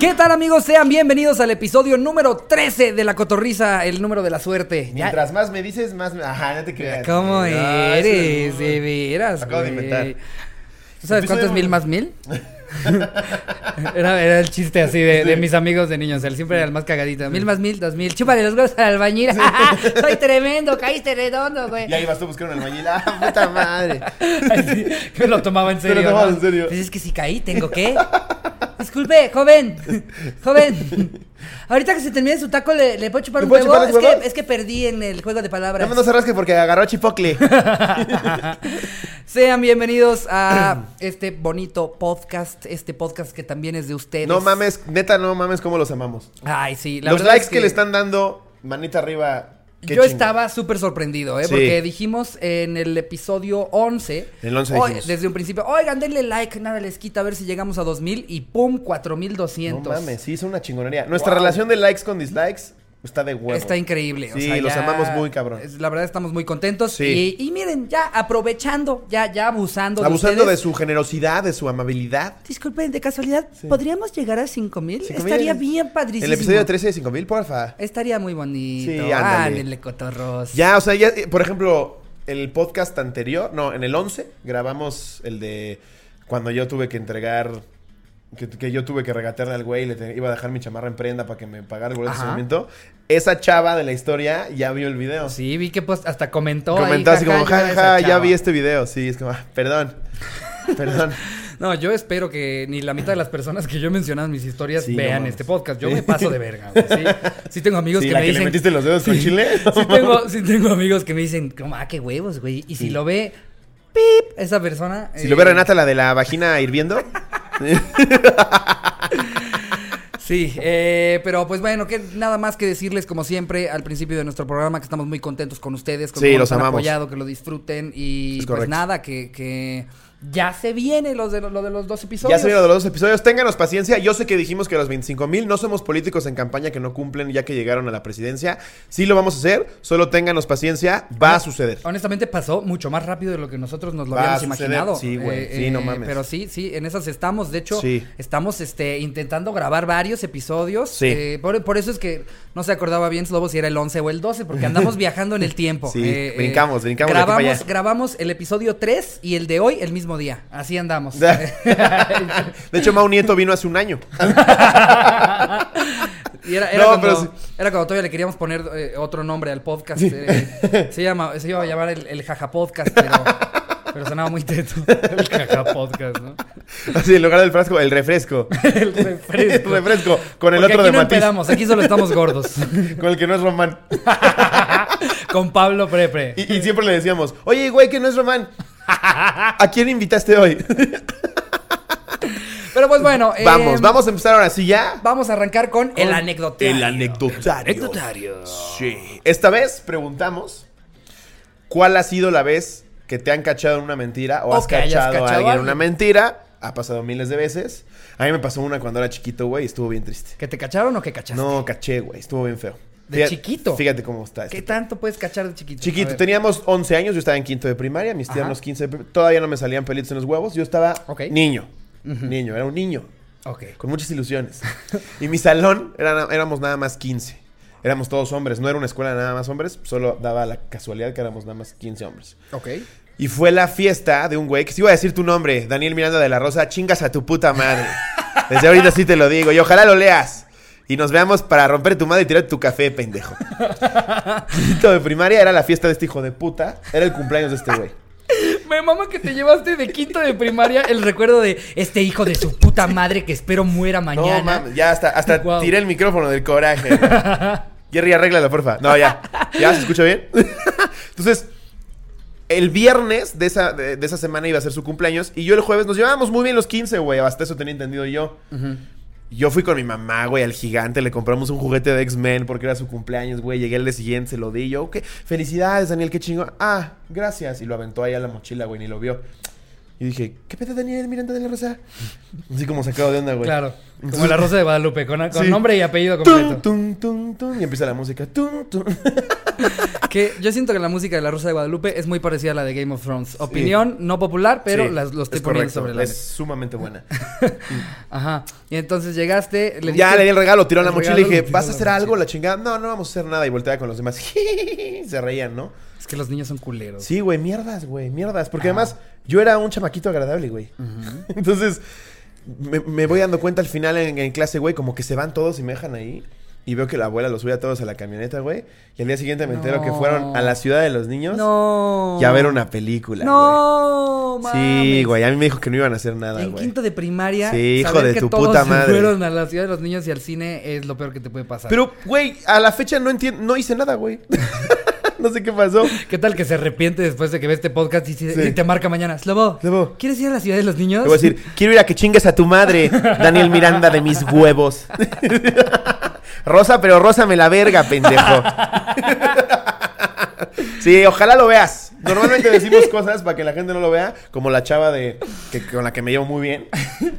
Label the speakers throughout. Speaker 1: ¿Qué tal amigos? Sean bienvenidos al episodio número 13 de La Cotorriza, el número de la suerte. Ya-
Speaker 2: Mientras más me dices, más me... Ajá, no te creas.
Speaker 1: ¿Cómo
Speaker 2: Ay,
Speaker 1: eres?
Speaker 2: sí,
Speaker 1: De veras.
Speaker 2: Acabo de
Speaker 1: güey.
Speaker 2: inventar.
Speaker 1: ¿Tú sabes cuánto es
Speaker 2: Episodio-
Speaker 1: mil más mil? era, era el chiste así de, de mis amigos de niños. Él siempre era el más cagadito. Mil más mil, dos mil. Chúpale los huevos al albañil. Soy tremendo, caíste redondo, güey.
Speaker 2: Y ahí vas tú a buscar un albañil. ¡Ah, puta madre!
Speaker 1: Así, me lo tomaba en
Speaker 2: Te lo
Speaker 1: serio.
Speaker 2: tomabas
Speaker 1: ¿no?
Speaker 2: en serio.
Speaker 1: Pues es que si caí, tengo que. Disculpe, joven. Joven. Ahorita que se termine su taco, ¿le, le puedo chupar
Speaker 2: ¿Le
Speaker 1: un
Speaker 2: puedo
Speaker 1: huevo?
Speaker 2: chupar
Speaker 1: Es
Speaker 2: los
Speaker 1: que,
Speaker 2: huevos?
Speaker 1: es que perdí en el juego de
Speaker 2: No
Speaker 1: palabras.
Speaker 2: me no se rasque porque agarró chipocle.
Speaker 1: Sean bienvenidos a este bonito podcast. Este podcast que también es de ustedes.
Speaker 2: No mames, neta, no mames cómo los amamos.
Speaker 1: Ay, sí. la
Speaker 2: los
Speaker 1: verdad
Speaker 2: likes
Speaker 1: es
Speaker 2: que... le están dando, manita arriba. qué
Speaker 1: Yo
Speaker 2: chingo.
Speaker 1: estaba súper sorprendido, ¿eh?
Speaker 2: Sí.
Speaker 1: Porque dijimos en el episodio 11.
Speaker 2: El 11
Speaker 1: oi-
Speaker 2: dijimos.
Speaker 1: Desde un principio, oigan, denle like, nada les quita, a ver si llegamos a 2000 y pum, 4200.
Speaker 2: No mames, sí, es una chingonería. Nuestra
Speaker 1: Wow.
Speaker 2: relación de likes con dislikes está de huevo.
Speaker 1: Está increíble.
Speaker 2: Sí, los amamos muy cabrón.
Speaker 1: es- La verdad estamos muy contentos.
Speaker 2: Sí.
Speaker 1: Y, y miren, ya aprovechando, ya, ya abusando,
Speaker 2: Abusando
Speaker 1: de
Speaker 2: de
Speaker 1: ustedes.
Speaker 2: su generosidad, de su amabilidad.
Speaker 1: Disculpen, de casualidad, ¿podríamos llegar a 5000?
Speaker 2: Cinco mil.
Speaker 1: Estaría bien padrísimo.
Speaker 2: El episodio 13 de 5000, porfa.
Speaker 1: Estaría muy bonito.
Speaker 2: Sí,
Speaker 1: Sí,
Speaker 2: ándale.
Speaker 1: Ándenle, cotorros.
Speaker 2: Ya, o sea, ya, eh, por ejemplo, el podcast anterior, no, en el 11 grabamos el de cuando yo tuve que entregar, que, que yo tuve que regatearle al güey, le te- iba a dejar mi chamarra en prenda para que me pagara el boleto de
Speaker 1: Ajá.
Speaker 2: estacionamiento. Esa chava de la historia ya vio el video.
Speaker 1: Sí, vi que pues hasta comentó. ahí,
Speaker 2: Comentó así como,
Speaker 1: yo
Speaker 2: jaja,
Speaker 1: esa
Speaker 2: ya
Speaker 1: chava".
Speaker 2: vi este video. Sí, es como, ah, perdón, perdón.
Speaker 1: No, yo espero que ni la mitad de las personas que yo he mencionado en mis historias
Speaker 2: Sí, no
Speaker 1: vean
Speaker 2: mames.
Speaker 1: este podcast. Yo me paso de verga, güey. Sí, sí tengo amigos
Speaker 2: Sí,
Speaker 1: que
Speaker 2: la
Speaker 1: me
Speaker 2: que le
Speaker 1: dicen.
Speaker 2: metiste los dedos con chile.
Speaker 1: Sí tengo, sí tengo amigos que me dicen, como, ah, qué huevos, güey. Y si lo ve, pip, esa persona.
Speaker 2: Si
Speaker 1: eh,
Speaker 2: lo ve Renata, la de la vagina hirviendo.
Speaker 1: Sí, eh, pero pues bueno, que nada más que decirles, como siempre, al principio de nuestro programa, que estamos muy contentos con ustedes, con
Speaker 2: Sí,
Speaker 1: cómo
Speaker 2: los
Speaker 1: nos han
Speaker 2: amamos.
Speaker 1: apoyado, que lo disfruten. Y
Speaker 2: Es
Speaker 1: pues
Speaker 2: correcto.
Speaker 1: nada, que, que ya se viene los de, lo de los dos episodios.
Speaker 2: Ya se vieron los dos episodios. Ténganos paciencia. Yo sé que dijimos que los 25 mil no somos políticos en campaña que no cumplen ya que llegaron a la presidencia. Sí lo vamos a hacer. Solo ténganos paciencia. Va a suceder.
Speaker 1: Honestamente pasó mucho más rápido de lo que nosotros nos lo
Speaker 2: Va a
Speaker 1: habíamos
Speaker 2: suceder.
Speaker 1: imaginado. Eh,
Speaker 2: Sí, güey. Sí, no mames.
Speaker 1: Pero sí, sí, en esas estamos. De hecho,
Speaker 2: Sí.
Speaker 1: estamos este, intentando grabar varios episodios.
Speaker 2: Sí.
Speaker 1: Eh, por, por eso es que no se acordaba bien Slobo si era el 11 o el 12, porque andamos viajando en el tiempo. Eh,
Speaker 2: Sí, brincamos, brincamos de aquí para
Speaker 1: Grabamos,
Speaker 2: allá.
Speaker 1: grabamos el episodio 3 y el de hoy el mismo día. Así andamos.
Speaker 2: De hecho, Mau Nieto vino hace un año.
Speaker 1: Y era, era
Speaker 2: No,
Speaker 1: cuando,
Speaker 2: pero sí.
Speaker 1: era cuando todavía le queríamos poner eh, otro nombre al podcast. eh, se, llama, se iba a llamar el, el Jaja Podcast, pero, pero sonaba muy teto. El Jaja Podcast, ¿no?
Speaker 2: Así, en lugar del frasco, el refresco.
Speaker 1: El
Speaker 2: El
Speaker 1: refresco.
Speaker 2: refresco. Con el
Speaker 1: Porque aquí
Speaker 2: otro de
Speaker 1: no
Speaker 2: Matiz.
Speaker 1: empedamos, aquí solo estamos gordos.
Speaker 2: Con el que no es Román.
Speaker 1: Con Pablo Prepre.
Speaker 2: Y, y siempre le decíamos, oye, güey, que no es Román. ¿A quién invitaste hoy?
Speaker 1: Pero pues bueno. eh,
Speaker 2: vamos, vamos a empezar ahora sí ya.
Speaker 1: Vamos a arrancar con el anecdotario.
Speaker 2: El anecdotario.
Speaker 1: Anecdotario.
Speaker 2: Sí. Esta vez preguntamos cuál ha sido la vez que te han cachado en una mentira o has
Speaker 1: O que hayas
Speaker 2: cachado,
Speaker 1: cachado
Speaker 2: a
Speaker 1: a
Speaker 2: alguien en
Speaker 1: alguien.
Speaker 2: una mentira. Ha pasado miles de veces. A mí me pasó una cuando era chiquito, güey, y estuvo bien triste.
Speaker 1: ¿Que te cacharon o que cachaste?
Speaker 2: No, caché, güey, estuvo bien feo.
Speaker 1: ¿De chiquito?
Speaker 2: Fíjate cómo está. este
Speaker 1: ¿Qué tanto puedes cachar de chiquito? A
Speaker 2: Chiquito,
Speaker 1: ver.
Speaker 2: teníamos 11 años, yo estaba en quinto de primaria, mis
Speaker 1: Ajá.
Speaker 2: tiernos 15 de pri- todavía no me salían pelitos en los huevos, yo estaba
Speaker 1: Ok.
Speaker 2: niño, niño, era un niño,
Speaker 1: Ok.
Speaker 2: con muchas ilusiones. y mi salón era- éramos nada más 15, éramos todos hombres, no era una escuela de nada más hombres, solo daba la casualidad que éramos nada más 15 hombres.
Speaker 1: Ok.
Speaker 2: Y fue la fiesta de un güey que si iba a decir tu nombre, Daniel Miranda de la Rosa, chingas a tu puta madre. Desde ahorita sí te lo digo y ojalá lo leas. Y nos veamos para romper tu madre y tirar tu café, pendejo. Quinto de primaria era la fiesta de este hijo de puta. Era el cumpleaños de este güey.
Speaker 1: Me mama que te llevaste de quinto de primaria el recuerdo de este hijo de su puta madre que espero muera mañana.
Speaker 2: No mames, ya hasta, hasta
Speaker 1: Guau.
Speaker 2: tiré el micrófono del coraje. güey. Jerry, arréglalo, porfa. No, ya. ¿Ya se escucha bien? Entonces, el viernes de esa, de, de esa semana iba a ser su cumpleaños y yo el jueves nos llevábamos muy bien los 15, güey. Hasta eso tenía entendido yo. Yo fui con mi mamá, güey, al gigante, le compramos un juguete de X-Men porque era su cumpleaños, güey. Llegué el día siguiente, se lo di yo, ok. Felicidades, Daniel, qué chingón. Ah, gracias. Y lo aventó ahí a la mochila, güey, ni lo vio. Y dije, ¿qué pedo Daniel Miranda de la Rosa? Así como sacado de onda, güey.
Speaker 1: Claro. Como la Rosa de Guadalupe, con, con
Speaker 2: Sí.
Speaker 1: nombre y apellido
Speaker 2: Tum,
Speaker 1: completo.
Speaker 2: tum, tum, tum, y empieza la música. Tum, tum.
Speaker 1: Que yo siento que la música de la Rosa de Guadalupe es muy parecida a la de Game of Thrones. Opinión no popular, pero
Speaker 2: Sí,
Speaker 1: las, lo estoy
Speaker 2: es
Speaker 1: poniendo
Speaker 2: correcto,
Speaker 1: sobre la
Speaker 2: Es
Speaker 1: mesa.
Speaker 2: sumamente buena.
Speaker 1: Ajá. Y entonces llegaste, le
Speaker 2: ya
Speaker 1: diste-
Speaker 2: le di el regalo, tiró
Speaker 1: el
Speaker 2: la mochila y
Speaker 1: regalo, le
Speaker 2: dije,
Speaker 1: tiró
Speaker 2: ¿vas a
Speaker 1: la
Speaker 2: hacer algo?
Speaker 1: mochila.
Speaker 2: La chingada. No, no vamos a hacer nada. Y volteaba con los demás. Se reían, ¿no?
Speaker 1: Es que los niños son culeros.
Speaker 2: Sí, güey, mierdas, güey, mierdas.
Speaker 1: Ah.
Speaker 2: Porque además yo era un chamaquito agradable, güey. Entonces me, me voy dando cuenta al final en, en clase, güey, como que se van todos y me dejan ahí. Y veo que la abuela los sube a todos a la camioneta, güey. Y al día siguiente me entero que
Speaker 1: No.
Speaker 2: fueron a la ciudad de los niños
Speaker 1: No.
Speaker 2: y a ver una película.
Speaker 1: No,
Speaker 2: güey. Sí,
Speaker 1: mames.
Speaker 2: güey, a mí me dijo que no iban a hacer nada,
Speaker 1: En
Speaker 2: güey.
Speaker 1: quinto de primaria.
Speaker 2: Sí, hijo
Speaker 1: saber
Speaker 2: de
Speaker 1: que
Speaker 2: tu
Speaker 1: todos
Speaker 2: puta
Speaker 1: se
Speaker 2: madre.
Speaker 1: Fueron a la ciudad de los niños y al cine es lo peor que te puede pasar.
Speaker 2: Pero, güey, a la fecha no entiendo, no hice nada, güey. no sé qué pasó.
Speaker 1: ¿Qué tal que se arrepiente después de que ve este podcast y, se-
Speaker 2: Sí.
Speaker 1: y te marca mañana? Slobo,
Speaker 2: Slobo.
Speaker 1: ¿quieres ir a la ciudad de los niños?
Speaker 2: Le voy a decir, quiero ir a que chingues a tu madre, Daniel Miranda de mis huevos. Rosa, pero Rosa me la verga, pendejo. Sí, ojalá lo veas. Normalmente decimos cosas para que la gente no lo vea, como la chava de que, con la que me llevo muy bien.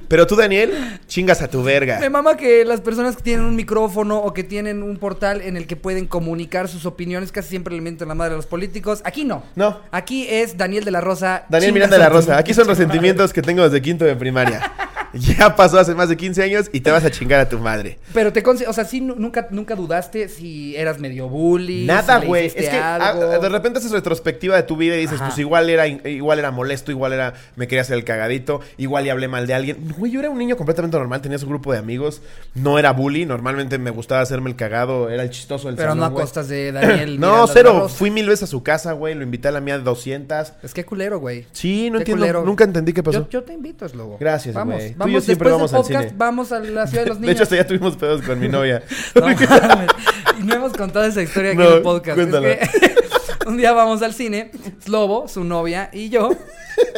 Speaker 2: Pero tú, Daniel, chingas a tu verga.
Speaker 1: Me mama que las personas que tienen un micrófono o que tienen un portal en el que pueden comunicar sus opiniones casi siempre le mienten la madre a los políticos. Aquí no.
Speaker 2: No.
Speaker 1: Aquí es Daniel de la Rosa. Chingas
Speaker 2: Daniel Miranda de la
Speaker 1: a tu-
Speaker 2: Rosa, aquí son resentimientos que tengo desde quinto de primaria. Ya pasó hace más de 15 años y te vas a chingar a tu madre.
Speaker 1: Pero te conce- o sea, sí, nu- nunca, nunca dudaste si eras medio bully.
Speaker 2: Nada,
Speaker 1: si le
Speaker 2: güey. Es
Speaker 1: hiciste
Speaker 2: que ah,
Speaker 1: algo.
Speaker 2: de repente haces retrospectiva de tu vida y dices,
Speaker 1: Ajá.
Speaker 2: pues igual era, in- igual era molesto, igual era, me quería hacer el cagadito, igual y hablé mal de alguien. Güey, yo era un niño completamente normal, tenía su grupo de amigos, no era bully, normalmente me gustaba hacerme el cagado, era el chistoso del
Speaker 1: Pero
Speaker 2: salón,
Speaker 1: no a
Speaker 2: güey.
Speaker 1: costas de Daniel. Miranda de
Speaker 2: No,
Speaker 1: la
Speaker 2: cero.
Speaker 1: Rosa.
Speaker 2: Fui mil veces a su casa, güey, lo invité a la mía de 200.
Speaker 1: Es que culero, güey.
Speaker 2: Sí, no
Speaker 1: Qué
Speaker 2: entiendo,
Speaker 1: culero.
Speaker 2: nunca entendí qué pasó.
Speaker 1: Yo, yo te invito, Slobo.
Speaker 2: Gracias,
Speaker 1: Vamos,
Speaker 2: güey. Tú y
Speaker 1: vamos,
Speaker 2: yo siempre
Speaker 1: después
Speaker 2: vamos
Speaker 1: del
Speaker 2: al
Speaker 1: podcast,
Speaker 2: cine.
Speaker 1: vamos a la ciudad de los niños.
Speaker 2: de hecho, hasta ya tuvimos pedos con mi novia.
Speaker 1: No, mames. Y no hemos contado esa historia aquí
Speaker 2: No,
Speaker 1: en el podcast. Es
Speaker 2: cuéntala.
Speaker 1: que un día vamos al cine, Slobo, su novia y yo.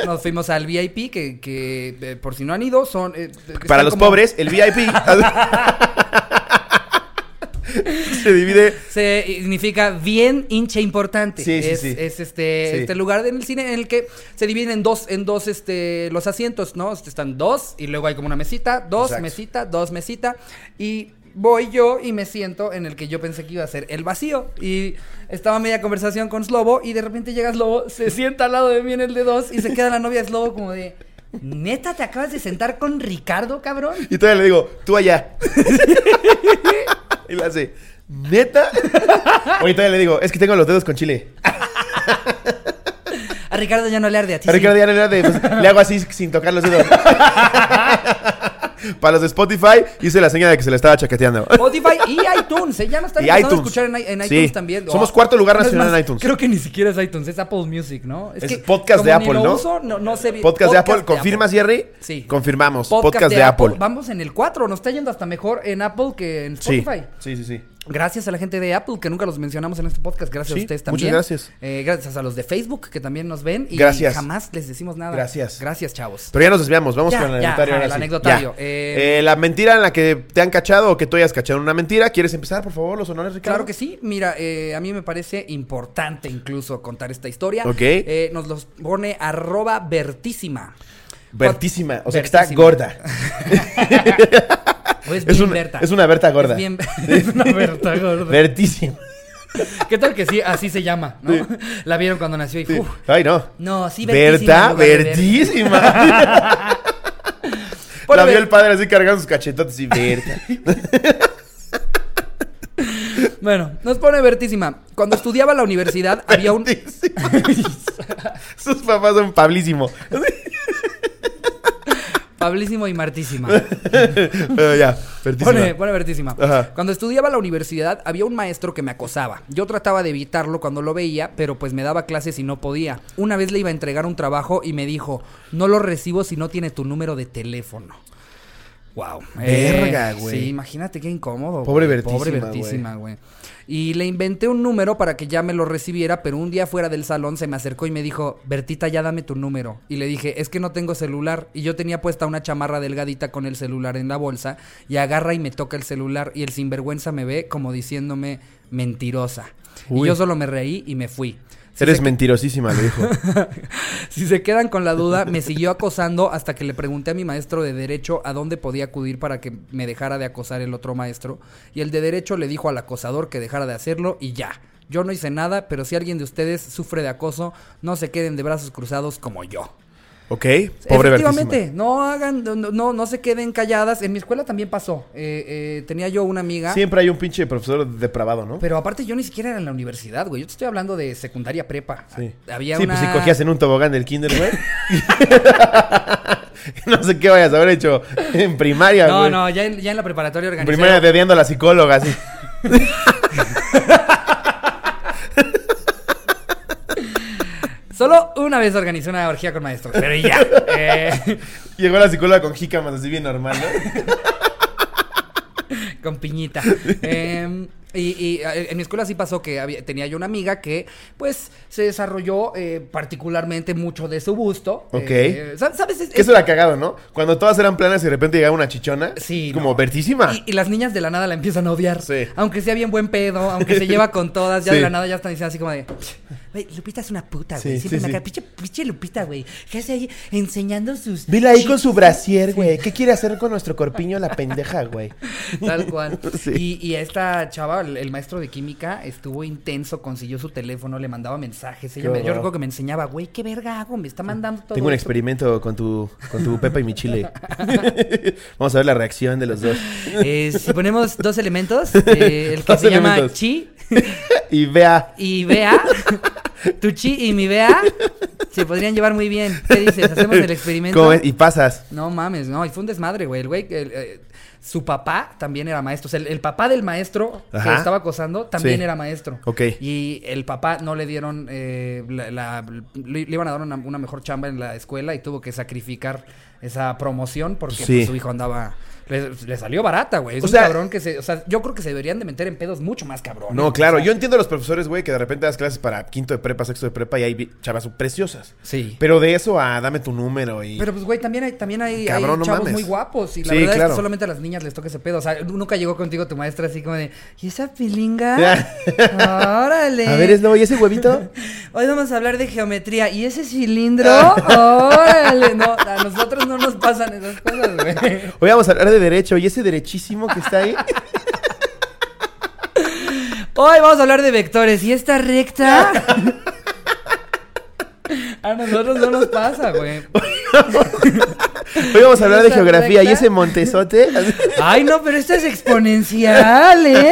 Speaker 1: Nos fuimos al VIP, que, que, eh, por si no han ido, son. eh,
Speaker 2: Para
Speaker 1: están
Speaker 2: los
Speaker 1: como-
Speaker 2: pobres, el VIP se divide
Speaker 1: Se significa bien hincha importante.
Speaker 2: Sí, sí,
Speaker 1: es,
Speaker 2: sí.
Speaker 1: es este,
Speaker 2: Sí.
Speaker 1: este lugar en el cine en el que se dividen en dos, en dos, este, los asientos, ¿no? Están dos y luego hay como una mesita, dos,
Speaker 2: Exacto.
Speaker 1: mesita, dos, mesita. Y voy yo y me siento en el que yo pensé que iba a ser el vacío. Y estaba media conversación con Slobo y de repente llega Slobo, se sienta al lado de mí en el de dos y se queda la novia de Slobo como de... Neta, te acabas de sentar con Ricardo, cabrón.
Speaker 2: Y todavía le digo, tú allá. y le hace, ¿neta? Oye, todavía le digo, es que tengo los dedos con chile.
Speaker 1: A Ricardo ya no le arde a ti.
Speaker 2: A
Speaker 1: sí.
Speaker 2: Ricardo ya le, de- pues, le hago así sin tocar los dedos. Para los de Spotify, hice la señal de que se le estaba chaqueteando.
Speaker 1: Spotify y iTunes. ¿eh? Ya nos están
Speaker 2: Y
Speaker 1: empezando
Speaker 2: iTunes.
Speaker 1: a escuchar en, i- en
Speaker 2: Sí.
Speaker 1: iTunes también.
Speaker 2: Somos cuarto lugar
Speaker 1: No, es
Speaker 2: nacional en iTunes.
Speaker 1: Creo que ni siquiera es iTunes, es Apple Music, ¿no?
Speaker 2: Es
Speaker 1: que
Speaker 2: podcast de
Speaker 1: como ni
Speaker 2: Apple,
Speaker 1: lo
Speaker 2: ¿no?
Speaker 1: uso, no, no sé bien.
Speaker 2: Podcast, de Apple, ¿confirmas,
Speaker 1: Apple.
Speaker 2: Jerry?
Speaker 1: Sí.
Speaker 2: Confirmamos, podcast, de, Apple.
Speaker 1: Vamos en el 4, nos está yendo hasta mejor en Apple que en
Speaker 2: Sí.
Speaker 1: Spotify.
Speaker 2: sí, sí, sí.
Speaker 1: Gracias a la gente de Apple, que nunca los mencionamos en este podcast. Gracias
Speaker 2: Sí,
Speaker 1: a ustedes
Speaker 2: muchas
Speaker 1: también.
Speaker 2: gracias.
Speaker 1: Eh, gracias a los de Facebook, que también nos ven. Y
Speaker 2: Gracias.
Speaker 1: jamás les decimos nada.
Speaker 2: Gracias.
Speaker 1: Gracias, chavos.
Speaker 2: Pero ya nos desviamos, vamos
Speaker 1: Ya,
Speaker 2: con el
Speaker 1: ya,
Speaker 2: anecdotario.
Speaker 1: ajá,
Speaker 2: ahora
Speaker 1: el
Speaker 2: sí.
Speaker 1: anecdotario.
Speaker 2: Ya.
Speaker 1: Eh,
Speaker 2: Eh, la mentira en la que te han cachado o que tú hayas cachado una mentira. ¿Quieres empezar, por favor, los honores, Ricardo?
Speaker 1: Claro que sí. Mira, eh, a mí me parece importante incluso contar esta historia.
Speaker 2: Ok.
Speaker 1: Eh, nos los pone arroba vertísima.
Speaker 2: Bertísima, o sea que
Speaker 1: Bertísima.
Speaker 2: está gorda.
Speaker 1: O es,
Speaker 2: Es,
Speaker 1: bien
Speaker 2: un-
Speaker 1: Berta.
Speaker 2: es una Berta gorda.
Speaker 1: Es, bien- es una Berta gorda.
Speaker 2: Bertísima.
Speaker 1: ¿Qué tal que sí? Así se llama, ¿no? La vieron cuando nació y... uf.
Speaker 2: Ay, no.
Speaker 1: No, sí, vertísima. en
Speaker 2: Berta,
Speaker 1: lugar de Berta.
Speaker 2: Bertísima.
Speaker 1: Ponle
Speaker 2: La vio
Speaker 1: Ber-
Speaker 2: el padre así cargando sus cachetotes y Berta.
Speaker 1: Bueno, nos pone vertísima. Cuando estudiaba en la universidad había un...
Speaker 2: Bertísima. Sus papás son Pablísimo.
Speaker 1: Pablísimo y Martísima.
Speaker 2: Pero ya, Bertísima.
Speaker 1: Pone, pone vertísima.
Speaker 2: Ajá.
Speaker 1: Cuando estudiaba en la universidad había un maestro que me acosaba. Yo trataba de evitarlo cuando lo veía, pero pues me daba clases y no podía. Una vez le iba a entregar un trabajo y me dijo, no lo recibo si no tiene tu número de teléfono. Wow.
Speaker 2: Verga, güey.
Speaker 1: sí, imagínate qué incómodo.
Speaker 2: Pobre
Speaker 1: güey.
Speaker 2: Bertísima,
Speaker 1: Pobre Bertísima, güey. Y le inventé un número para que ya me lo recibiera, pero un día fuera del salón se me acercó y me dijo, Bertita, ya dame tu número. Y le dije, es que no tengo celular. Y yo tenía puesta una chamarra delgadita con el celular en la bolsa y agarra y me toca el celular y el sinvergüenza me ve como diciéndome mentirosa.
Speaker 2: Uy.
Speaker 1: Y yo solo me reí y me fui.
Speaker 2: Eres
Speaker 1: se-
Speaker 2: mentirosísima, le dijo.
Speaker 1: Si se quedan con la duda, me siguió acosando hasta que le pregunté a mi maestro de derecho a dónde podía acudir para que me dejara de acosar el otro maestro. Y el de derecho le dijo al acosador que dejara de hacerlo y ya. Yo no hice nada, pero si alguien de ustedes sufre de acoso, no se queden de brazos cruzados como yo.
Speaker 2: Ok, pobre
Speaker 1: Efectivamente,
Speaker 2: Bertísima.
Speaker 1: no hagan, no, no, no se queden calladas. En mi escuela también pasó. Eh, eh, tenía yo una amiga.
Speaker 2: Siempre hay un pinche profesor depravado, ¿no?
Speaker 1: Pero aparte yo ni siquiera era en la universidad, güey. Yo te estoy hablando de secundaria prepa.
Speaker 2: Sí.
Speaker 1: Había
Speaker 2: sí,
Speaker 1: una...
Speaker 2: pues si cogías en un tobogán del kinder, güey. no sé qué vayas a haber hecho en primaria,
Speaker 1: No,
Speaker 2: güey.
Speaker 1: no, ya en, ya en la preparatoria
Speaker 2: En
Speaker 1: organizé.
Speaker 2: primaria dediando a la psicóloga, sí.
Speaker 1: Solo una vez organizé una orgía con maestros, pero ya. Eh,
Speaker 2: Llegó la psicóloga con jícamas, así bien normal, ¿no?
Speaker 1: con piñita. Eh, y, y, eh, en mi escuela sí pasó que había- tenía yo una amiga que, pues, se desarrolló eh, particularmente mucho de su busto.
Speaker 2: Ok.
Speaker 1: Eh, sa- ¿Sabes? Es-
Speaker 2: Que eso era cagado, ¿no? Cuando todas eran planas y de repente llegaba una chichona.
Speaker 1: Sí,
Speaker 2: Como
Speaker 1: no.
Speaker 2: vertísima.
Speaker 1: Y, y las niñas de la nada la empiezan a odiar.
Speaker 2: Sí.
Speaker 1: Aunque sea bien buen pedo, aunque se lleva con todas, ya de
Speaker 2: Sí.
Speaker 1: la nada ya están diciendo así como de. Güey, Lupita es una puta, güey.
Speaker 2: Sí,
Speaker 1: Siempre
Speaker 2: sí,
Speaker 1: me
Speaker 2: sí.
Speaker 1: acaba. Pinche, pinche Lupita, güey. ¿Qué hace ahí enseñando sus.
Speaker 2: su brasier, güey. ¿Qué quiere hacer con nuestro corpiño la pendeja, güey?
Speaker 1: Tal cual.
Speaker 2: Sí.
Speaker 1: Y, y a esta chava, el, el maestro de química, estuvo intenso, consiguió su teléfono, le mandaba mensajes. Ella
Speaker 2: Qué
Speaker 1: me- yo
Speaker 2: horror.
Speaker 1: recuerdo que me enseñaba, güey, ¿qué verga hago? Me está mandando todo.
Speaker 2: Tengo un
Speaker 1: esto".
Speaker 2: experimento con tu, con tu Pepa y mi chile. Vamos a ver la reacción de los dos.
Speaker 1: Eh, si ponemos dos elementos, eh, el que
Speaker 2: Dos
Speaker 1: se llama
Speaker 2: elementos.
Speaker 1: chi
Speaker 2: Y vea.
Speaker 1: y Bea, tu chi y mi Bea, se podrían llevar muy bien. ¿Qué dices? ¿Hacemos el experimento?
Speaker 2: cómo es- Y pasas.
Speaker 1: No mames, no, y fue un desmadre, güey. El güey, el, eh, su papá también era maestro. O sea, el, el papá del maestro que
Speaker 2: Ajá.
Speaker 1: estaba acosando también
Speaker 2: Sí.
Speaker 1: era maestro.
Speaker 2: Ok.
Speaker 1: Y el papá no le dieron, eh, la- la- le, le iban a dar una, una mejor chamba en la escuela y tuvo que sacrificar esa promoción porque
Speaker 2: Sí.
Speaker 1: pues, su hijo andaba... Le, le salió barata, güey. Es
Speaker 2: O
Speaker 1: un
Speaker 2: sea-
Speaker 1: cabrón que se... O sea, yo creo que se deberían de meter en pedos mucho más cabrón.
Speaker 2: No, claro. Yo entiendo a los profesores, güey, que de repente das clases para quinto de prepa, sexto de prepa y hay vi- chavas preciosas.
Speaker 1: Sí.
Speaker 2: Pero de eso a dame tu número y.
Speaker 1: Pero pues, güey, también hay, también hay,
Speaker 2: Cabrón,
Speaker 1: hay
Speaker 2: no
Speaker 1: chavos
Speaker 2: mames.
Speaker 1: muy guapos. Y la
Speaker 2: Sí,
Speaker 1: verdad es
Speaker 2: claro.
Speaker 1: que solamente a las niñas les toca ese pedo. O sea, nunca llegó contigo tu maestra así como de, ¿y esa pilinga? Órale.
Speaker 2: no, ¿y ese huevito?
Speaker 1: Hoy vamos a hablar de geometría. ¿Y ese cilindro?
Speaker 2: Ah.
Speaker 1: Órale. No, a nosotros no nos pasan esas cosas, güey.
Speaker 2: Hoy vamos a hablar de derecho. ¿Y ese derechísimo que está ahí?
Speaker 1: Hoy vamos a hablar de vectores. ¿Y esta recta? A nosotros no nos pasa, güey.
Speaker 2: Hoy vamos a hablar de
Speaker 1: ¿Esa
Speaker 2: geografía. ¿Y
Speaker 1: recta?
Speaker 2: ese montesote?
Speaker 1: Ay, no, pero esto es exponencial, ¿eh?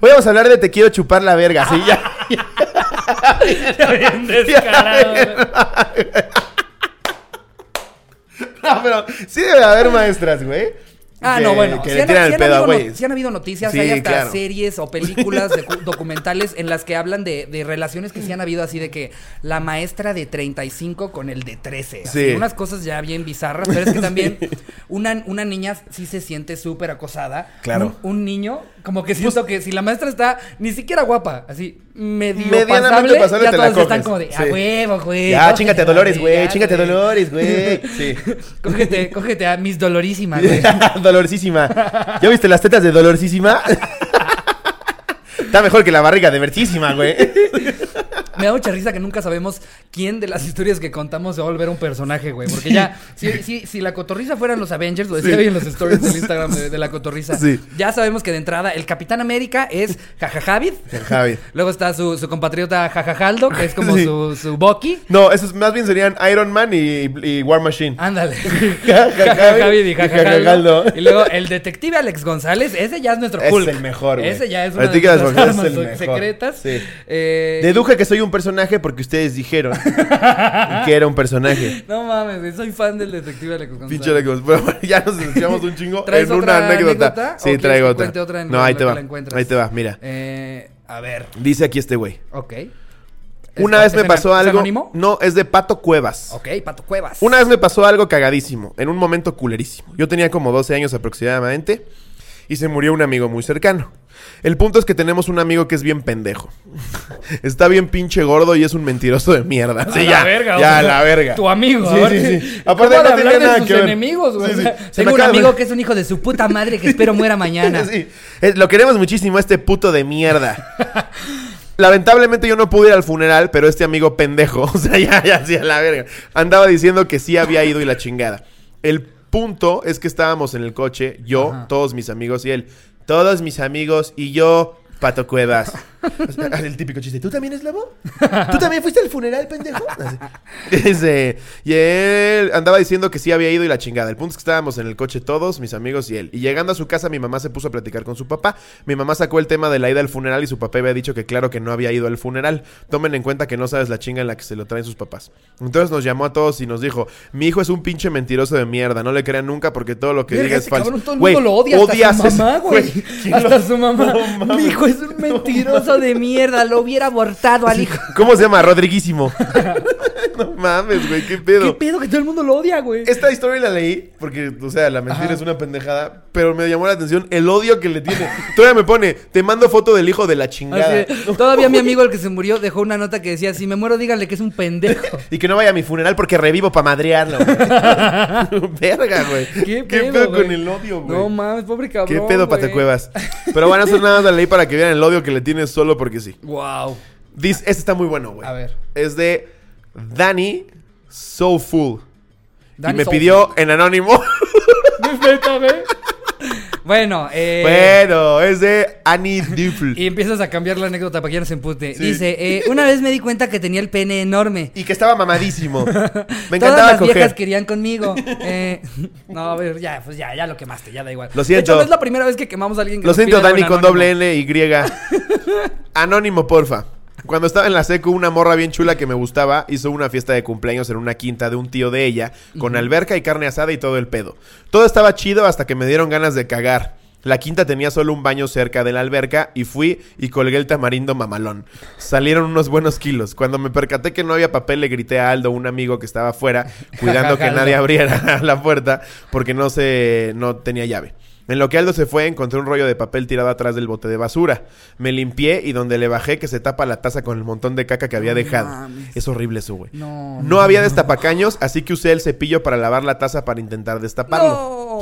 Speaker 2: Hoy vamos a hablar de te quiero chupar la verga. Sí, ya.
Speaker 1: Descarado, güey.
Speaker 2: No, pero sí debe haber maestras, güey.
Speaker 1: Ah,
Speaker 2: que-
Speaker 1: no, bueno.
Speaker 2: Que
Speaker 1: si
Speaker 2: le
Speaker 1: han-
Speaker 2: tiran
Speaker 1: si
Speaker 2: el
Speaker 1: han
Speaker 2: pedo a
Speaker 1: habido no-
Speaker 2: güey.
Speaker 1: si han habido noticias,
Speaker 2: Sí,
Speaker 1: hay hasta
Speaker 2: claro.
Speaker 1: series o películas docu- documentales en las que hablan de, de relaciones que sí han habido así de que la maestra de 35 con el de 13. así,
Speaker 2: Sí.
Speaker 1: unas cosas ya bien bizarras, pero es que también una, una niña sí se siente súper acosada.
Speaker 2: Claro. Pues
Speaker 1: Un, un niño, como que siento que si la maestra está ni siquiera guapa, así medio pasable,
Speaker 2: Medianamente pasable,
Speaker 1: ya
Speaker 2: te la
Speaker 1: todos están
Speaker 2: coges,
Speaker 1: como de, a
Speaker 2: sí.
Speaker 1: huevo, güey.
Speaker 2: Ya,
Speaker 1: cógete
Speaker 2: chingate a
Speaker 1: la
Speaker 2: Dolores, güey.
Speaker 1: verga,
Speaker 2: Chingate a
Speaker 1: güey.
Speaker 2: Dolores, güey. Sí.
Speaker 1: Cógete, cógete a mis dolorísimas, güey.
Speaker 2: Dolorcísima. ¿Ya viste las tetas de Dolorcísima? Está mejor que la barriga de Vertísima, güey.
Speaker 1: Me da mucha risa que nunca sabemos quién de las historias que contamos se va a volver un personaje, güey. Porque ya, si, si, si la cotorriza fueran los Avengers, lo decía
Speaker 2: Sí.
Speaker 1: hoy en los stories del Instagram de, de la cotorriza.
Speaker 2: Sí.
Speaker 1: Ya sabemos que de entrada el Capitán América es Jajajavid.
Speaker 2: Jajajavid.
Speaker 1: Luego está su, su compatriota Jajajaldo, que es como
Speaker 2: Sí.
Speaker 1: su, su Bucky.
Speaker 2: No, esos más bien serían Iron Man y, y War Machine.
Speaker 1: Ándale.
Speaker 2: Jajajavid
Speaker 1: Jajajavid y
Speaker 2: y Jajajaldo.
Speaker 1: Jajajaldo. Y luego el detective Alex González, ese ya es nuestro
Speaker 2: Es
Speaker 1: Hulk.
Speaker 2: el mejor, güey.
Speaker 1: Ese ya es una
Speaker 2: El
Speaker 1: de
Speaker 2: Tigre
Speaker 1: nuestras
Speaker 2: de González es
Speaker 1: armas
Speaker 2: el mejor.
Speaker 1: secretas.
Speaker 2: Sí.
Speaker 1: Eh,
Speaker 2: Deduje que soy un personaje porque ustedes dijeron que era un personaje.
Speaker 1: No mames, güey, soy fan del detective Alex González.
Speaker 2: Pinche de cosas. Pero bueno, ya nos desviamos un chingo
Speaker 1: ¿Traes
Speaker 2: en una
Speaker 1: otra
Speaker 2: anécdota.
Speaker 1: anécdota? ¿O
Speaker 2: Sí,
Speaker 1: quieres
Speaker 2: traigo
Speaker 1: que
Speaker 2: otra.
Speaker 1: cuente otra en
Speaker 2: no,
Speaker 1: lo-
Speaker 2: ahí
Speaker 1: lo
Speaker 2: te
Speaker 1: que
Speaker 2: va.
Speaker 1: la encuentras?
Speaker 2: Ahí te va, mira.
Speaker 1: Eh, a ver,
Speaker 2: Dice aquí este güey.
Speaker 1: ok.
Speaker 2: Una
Speaker 1: ¿Es-
Speaker 2: vez
Speaker 1: es
Speaker 2: me
Speaker 1: ana-
Speaker 2: pasó
Speaker 1: es
Speaker 2: algo.
Speaker 1: anónimo?
Speaker 2: No, es de Pato Cuevas.
Speaker 1: Ok, Pato Cuevas.
Speaker 2: Una vez me pasó algo cagadísimo, en un momento culerísimo. Yo tenía como 12 años aproximadamente y se murió un amigo muy cercano. El punto es que tenemos un amigo que es bien pendejo. Está bien pinche gordo y es un mentiroso de mierda. Sí,
Speaker 1: la
Speaker 2: ya,
Speaker 1: verga,
Speaker 2: ya,
Speaker 1: o sea,
Speaker 2: la verga.
Speaker 1: Tu amigo,
Speaker 2: Sí,
Speaker 1: ahora-
Speaker 2: sí, sí.
Speaker 1: ¿Cómo
Speaker 2: Aparte,
Speaker 1: de
Speaker 2: no
Speaker 1: hablar
Speaker 2: tenía
Speaker 1: de
Speaker 2: nada
Speaker 1: sus
Speaker 2: que ver.
Speaker 1: enemigos, güey.
Speaker 2: Sí, sí.
Speaker 1: O sea,
Speaker 2: Se me
Speaker 1: Tengo un
Speaker 2: acaba de-
Speaker 1: amigo que es un hijo de su puta madre que espero muera mañana.
Speaker 2: Sí, sí. Eh, Lo queremos muchísimo a este puto de mierda. Lamentablemente yo no pude ir al funeral, pero este amigo pendejo, o sea, ya, ya hacía la verga, andaba diciendo que sí había ido y la chingada. El punto es que estábamos en el coche, yo,
Speaker 1: Ajá.
Speaker 2: todos mis amigos y él, todos mis amigos y yo, Pato Cuevas. O sea, el típico chiste, ¿tú también es lobo? ¿Tú también fuiste al funeral, pendejo? Así. Ese, y él andaba diciendo que sí había ido y la chingada. El punto es que estábamos en el coche todos, mis amigos y él. Y llegando a su casa, mi mamá se puso a platicar con su papá. Mi mamá sacó el tema de la ida al funeral y su papá había dicho que claro que no había ido al funeral. Tomen en cuenta que no sabes la chinga en la que se lo traen sus papás. Entonces nos llamó a todos y nos dijo, mi hijo es un pinche mentiroso de mierda. No le crean nunca porque todo lo que
Speaker 1: Verga,
Speaker 2: diga es
Speaker 1: ese
Speaker 2: falso.
Speaker 1: cabrón, todo el
Speaker 2: Güey,
Speaker 1: mundo lo odia, hasta
Speaker 2: odias
Speaker 1: su
Speaker 2: ese-
Speaker 1: mamá, güey.
Speaker 2: ¿quién lo-
Speaker 1: Hasta su mamá.
Speaker 2: No mames.
Speaker 1: Mi hijo es un mentiroso de mierda, lo hubiera abortado al hijo.
Speaker 2: ¿Cómo se llama? Rodriguísimo. no mames, güey, qué pedo.
Speaker 1: ¿Qué pedo que todo el mundo lo odia, güey?
Speaker 2: Esta historia la leí porque, o sea, la mentira
Speaker 1: Ajá.
Speaker 2: es una pendejada, pero me llamó la atención el odio que le tiene. Todavía me pone, te mando foto del hijo de la chingada.
Speaker 1: Así de- todavía mi amigo el que se murió dejó una nota que decía, si me muero díganle que es un pendejo.
Speaker 2: Y que no vaya a mi funeral porque revivo para madrearlo. güey. Verga, güey.
Speaker 1: ¿Qué pedo, güey?
Speaker 2: con el odio, güey?
Speaker 1: No mames, pobre cabrón.
Speaker 2: ¿Qué pedo,
Speaker 1: güey.
Speaker 2: Patecuevas? Pero van a hacer nada más la ley para que vean el odio que le tienes solo porque sí.
Speaker 1: Wow.
Speaker 2: Dice, este está muy bueno, güey.
Speaker 1: A ver.
Speaker 2: Es de Danny Soulful. Y
Speaker 1: Danny
Speaker 2: me
Speaker 1: Soul.
Speaker 2: pidió en anónimo.
Speaker 1: Bueno, eh.
Speaker 2: Bueno, es de Annie Duffel.
Speaker 1: Y empiezas a cambiar la anécdota para que ya no se empute.
Speaker 2: Sí.
Speaker 1: Dice, eh, una vez me di cuenta que tenía el pene enorme.
Speaker 2: Y que estaba mamadísimo. Me
Speaker 1: Todas
Speaker 2: encantaba
Speaker 1: las viejas
Speaker 2: coger.
Speaker 1: querían conmigo. Eh, no, a ver, ya, pues ya, ya lo quemaste, ya da igual.
Speaker 2: Lo
Speaker 1: De hecho,
Speaker 2: siento.
Speaker 1: no es la primera vez que quemamos a alguien que
Speaker 2: Lo
Speaker 1: nos
Speaker 2: siento,
Speaker 1: pide algo
Speaker 2: Dani,
Speaker 1: en
Speaker 2: con
Speaker 1: anónimo.
Speaker 2: doble N, Y. Anónimo, porfa. Cuando estaba en la secu, una morra bien chula que me gustaba hizo una fiesta de cumpleaños en una quinta de un tío de ella, con alberca y carne asada y todo el pedo. Todo estaba chido hasta que me dieron ganas de cagar. La quinta tenía solo un baño cerca de la alberca y fui y colgué el tamarindo mamalón. Salieron unos buenos kilos. Cuando me percaté que no había papel, le grité a Aldo, un amigo que estaba afuera, cuidando que
Speaker 1: Aldo.
Speaker 2: nadie abriera la puerta porque no se no tenía llave. En lo que Aldo se fue, encontré un rollo de papel tirado atrás del bote de basura. Me limpié y donde le bajé que se tapa la taza con el montón de caca que había dejado.
Speaker 1: mames.
Speaker 2: Es horrible eso, güey.
Speaker 1: No.
Speaker 2: No había destapacaños, así que usé el cepillo para lavar la taza para intentar destaparlo.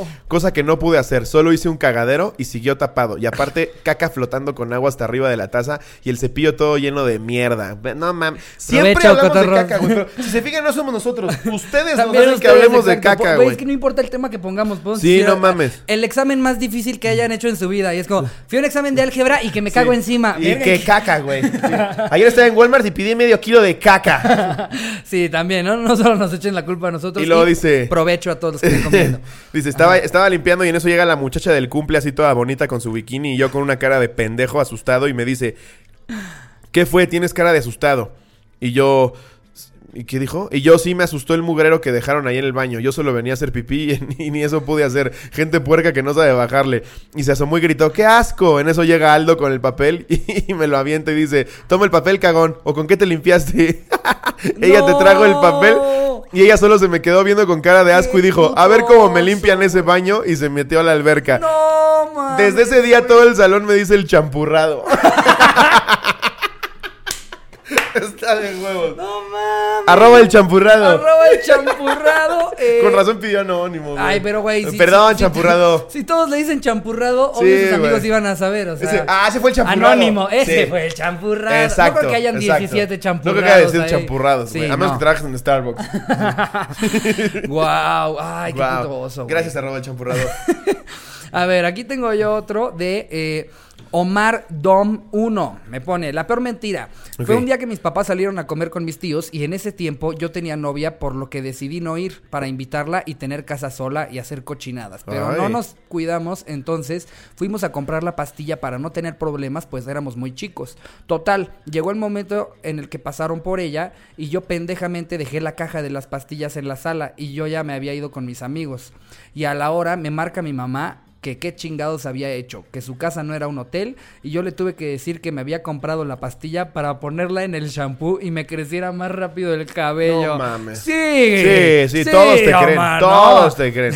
Speaker 1: No.
Speaker 2: Cosa que no pude hacer, solo hice un cagadero y siguió tapado. Y aparte, caca flotando con agua hasta arriba de la taza y el cepillo todo lleno de mierda. Ve- No mames. Siempre
Speaker 1: Aprovecha,
Speaker 2: hablamos
Speaker 1: cotorro.
Speaker 2: de caca, güey. Pero si se fijan, no somos nosotros. Ustedes nos
Speaker 1: También
Speaker 2: hacen que
Speaker 1: ustedes,
Speaker 2: hablemos de
Speaker 1: exacto,
Speaker 2: caca,
Speaker 1: po-
Speaker 2: güey.
Speaker 1: Es que no importa el tema que pongamos. podemos
Speaker 2: Sí,
Speaker 1: decir,
Speaker 2: no
Speaker 1: ah,
Speaker 2: mames.
Speaker 1: El examen más difícil que hayan hecho en su vida. Y es como, fui a un examen de álgebra y que me cago
Speaker 2: Sí.
Speaker 1: encima.
Speaker 2: Y
Speaker 1: Verga,
Speaker 2: que caca, güey. Sí. Ayer estaba en Walmart y pedí medio kilo de caca.
Speaker 1: Sí, también, ¿no? No solo nos echen la culpa a nosotros.
Speaker 2: Y luego dice-
Speaker 1: Provecho a todos los que están comiendo.
Speaker 2: Dice, estaba, estaba limpiando y en eso llega la muchacha del cumple así toda bonita con su bikini y yo con una cara de pendejo asustado y me dice, ¿qué fue? Tienes cara de asustado. Y yo... ¿Y qué dijo? Y yo sí me asustó el mugrero que dejaron ahí en el baño. Yo solo venía a hacer pipí y, ni- ni eso pude hacer. Gente puerca que no sabe bajarle. Y se asomó y gritó, ¡qué asco! En eso llega Aldo con el papel y, me lo avienta y dice, toma el papel, cagón. ¿O con qué te limpiaste? ella te trajo el papel
Speaker 1: ¡No!
Speaker 2: y ella solo se me quedó viendo con cara de asco y
Speaker 1: ¡Qué
Speaker 2: dijo, a ver cómo me
Speaker 1: putoso!
Speaker 2: limpian ese baño y se metió a la alberca.
Speaker 1: No, mames.
Speaker 2: Desde ese día todo el salón me dice el champurrado. Está de huevos.
Speaker 1: No mames.
Speaker 2: Arroba el champurrado.
Speaker 1: Arroba el champurrado. eh.
Speaker 2: Con razón pidió anónimo. güey.
Speaker 1: Ay, pero güey. si-
Speaker 2: Perdón,
Speaker 1: si- si-
Speaker 2: champurrado.
Speaker 1: Si, todos le dicen champurrado,
Speaker 2: Sí,
Speaker 1: obvio sus amigos
Speaker 2: güey.
Speaker 1: iban a saber. O sea,
Speaker 2: Ese- ah, ese fue el champurrado.
Speaker 1: Anónimo, ese
Speaker 2: Sí.
Speaker 1: fue el champurrado. no creo que hayan
Speaker 2: exacto.
Speaker 1: 17 champurrados.
Speaker 2: No creo que haya 17
Speaker 1: ahí.
Speaker 2: champurrados, güey.
Speaker 1: Sí,
Speaker 2: a menos que trabajes en Starbucks.
Speaker 1: Wow, ay, qué
Speaker 2: Guau.
Speaker 1: putoso, güey.
Speaker 2: Gracias, arroba el champurrado.
Speaker 1: A ver, aquí tengo yo otro de eh, Omar Dom 1. Me pone, la peor mentira.
Speaker 2: Ok.
Speaker 1: Fue un día que mis papás salieron a comer con mis tíos y en ese tiempo yo tenía novia, por lo que decidí no ir para invitarla y tener casa sola y hacer cochinadas. Pero no
Speaker 2: Ay.
Speaker 1: nos cuidamos, entonces fuimos a comprar la pastilla para no tener problemas, pues éramos muy chicos. Total, llegó el momento en el que pasaron por ella y yo pendejamente dejé la caja de las pastillas en la sala y yo ya me había ido con mis amigos. Y a la hora me marca mi mamá que qué chingados había hecho, que su casa no era un hotel y yo le tuve que decir que me había comprado la pastilla para ponerla en el shampoo y me creciera más rápido el cabello.
Speaker 2: No mames.
Speaker 1: Sí,
Speaker 2: Sí, sí, todos te creen.
Speaker 1: Omar, no.
Speaker 2: todos te creen.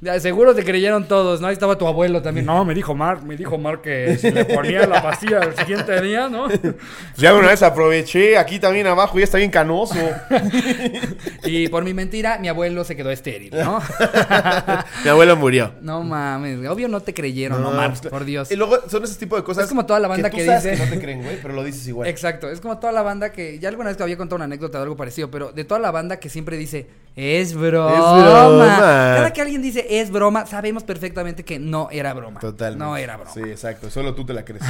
Speaker 1: Ya, Seguro te creyeron todos, ¿no? Ahí estaba tu abuelo también. No, me dijo Mark, me dijo Mark que si le ponía la pastilla el siguiente día, ¿no?
Speaker 2: Pues Ya una vez aproveché, aquí también abajo, ya está bien canoso.
Speaker 1: Y por mi mentira, mi abuelo se quedó estéril, ¿no?
Speaker 2: Mi abuelo murió.
Speaker 1: No mames, obvio no te creyeron, no, Mark,
Speaker 2: pues,
Speaker 1: por Dios.
Speaker 2: Y luego son ese tipo de cosas.
Speaker 1: Es como toda la banda
Speaker 2: tú
Speaker 1: que
Speaker 2: sabes
Speaker 1: dice-
Speaker 2: no te creen, güey, pero lo dices igual.
Speaker 1: Exacto, es como toda la banda que ya alguna vez que había contado una anécdota de algo parecido, pero de toda la banda que siempre dice es broma.
Speaker 2: broma.
Speaker 1: Cada que alguien dice es broma, sabemos perfectamente que no era broma.
Speaker 2: Totalmente.
Speaker 1: No era broma.
Speaker 2: Sí, exacto. Solo tú te la crees.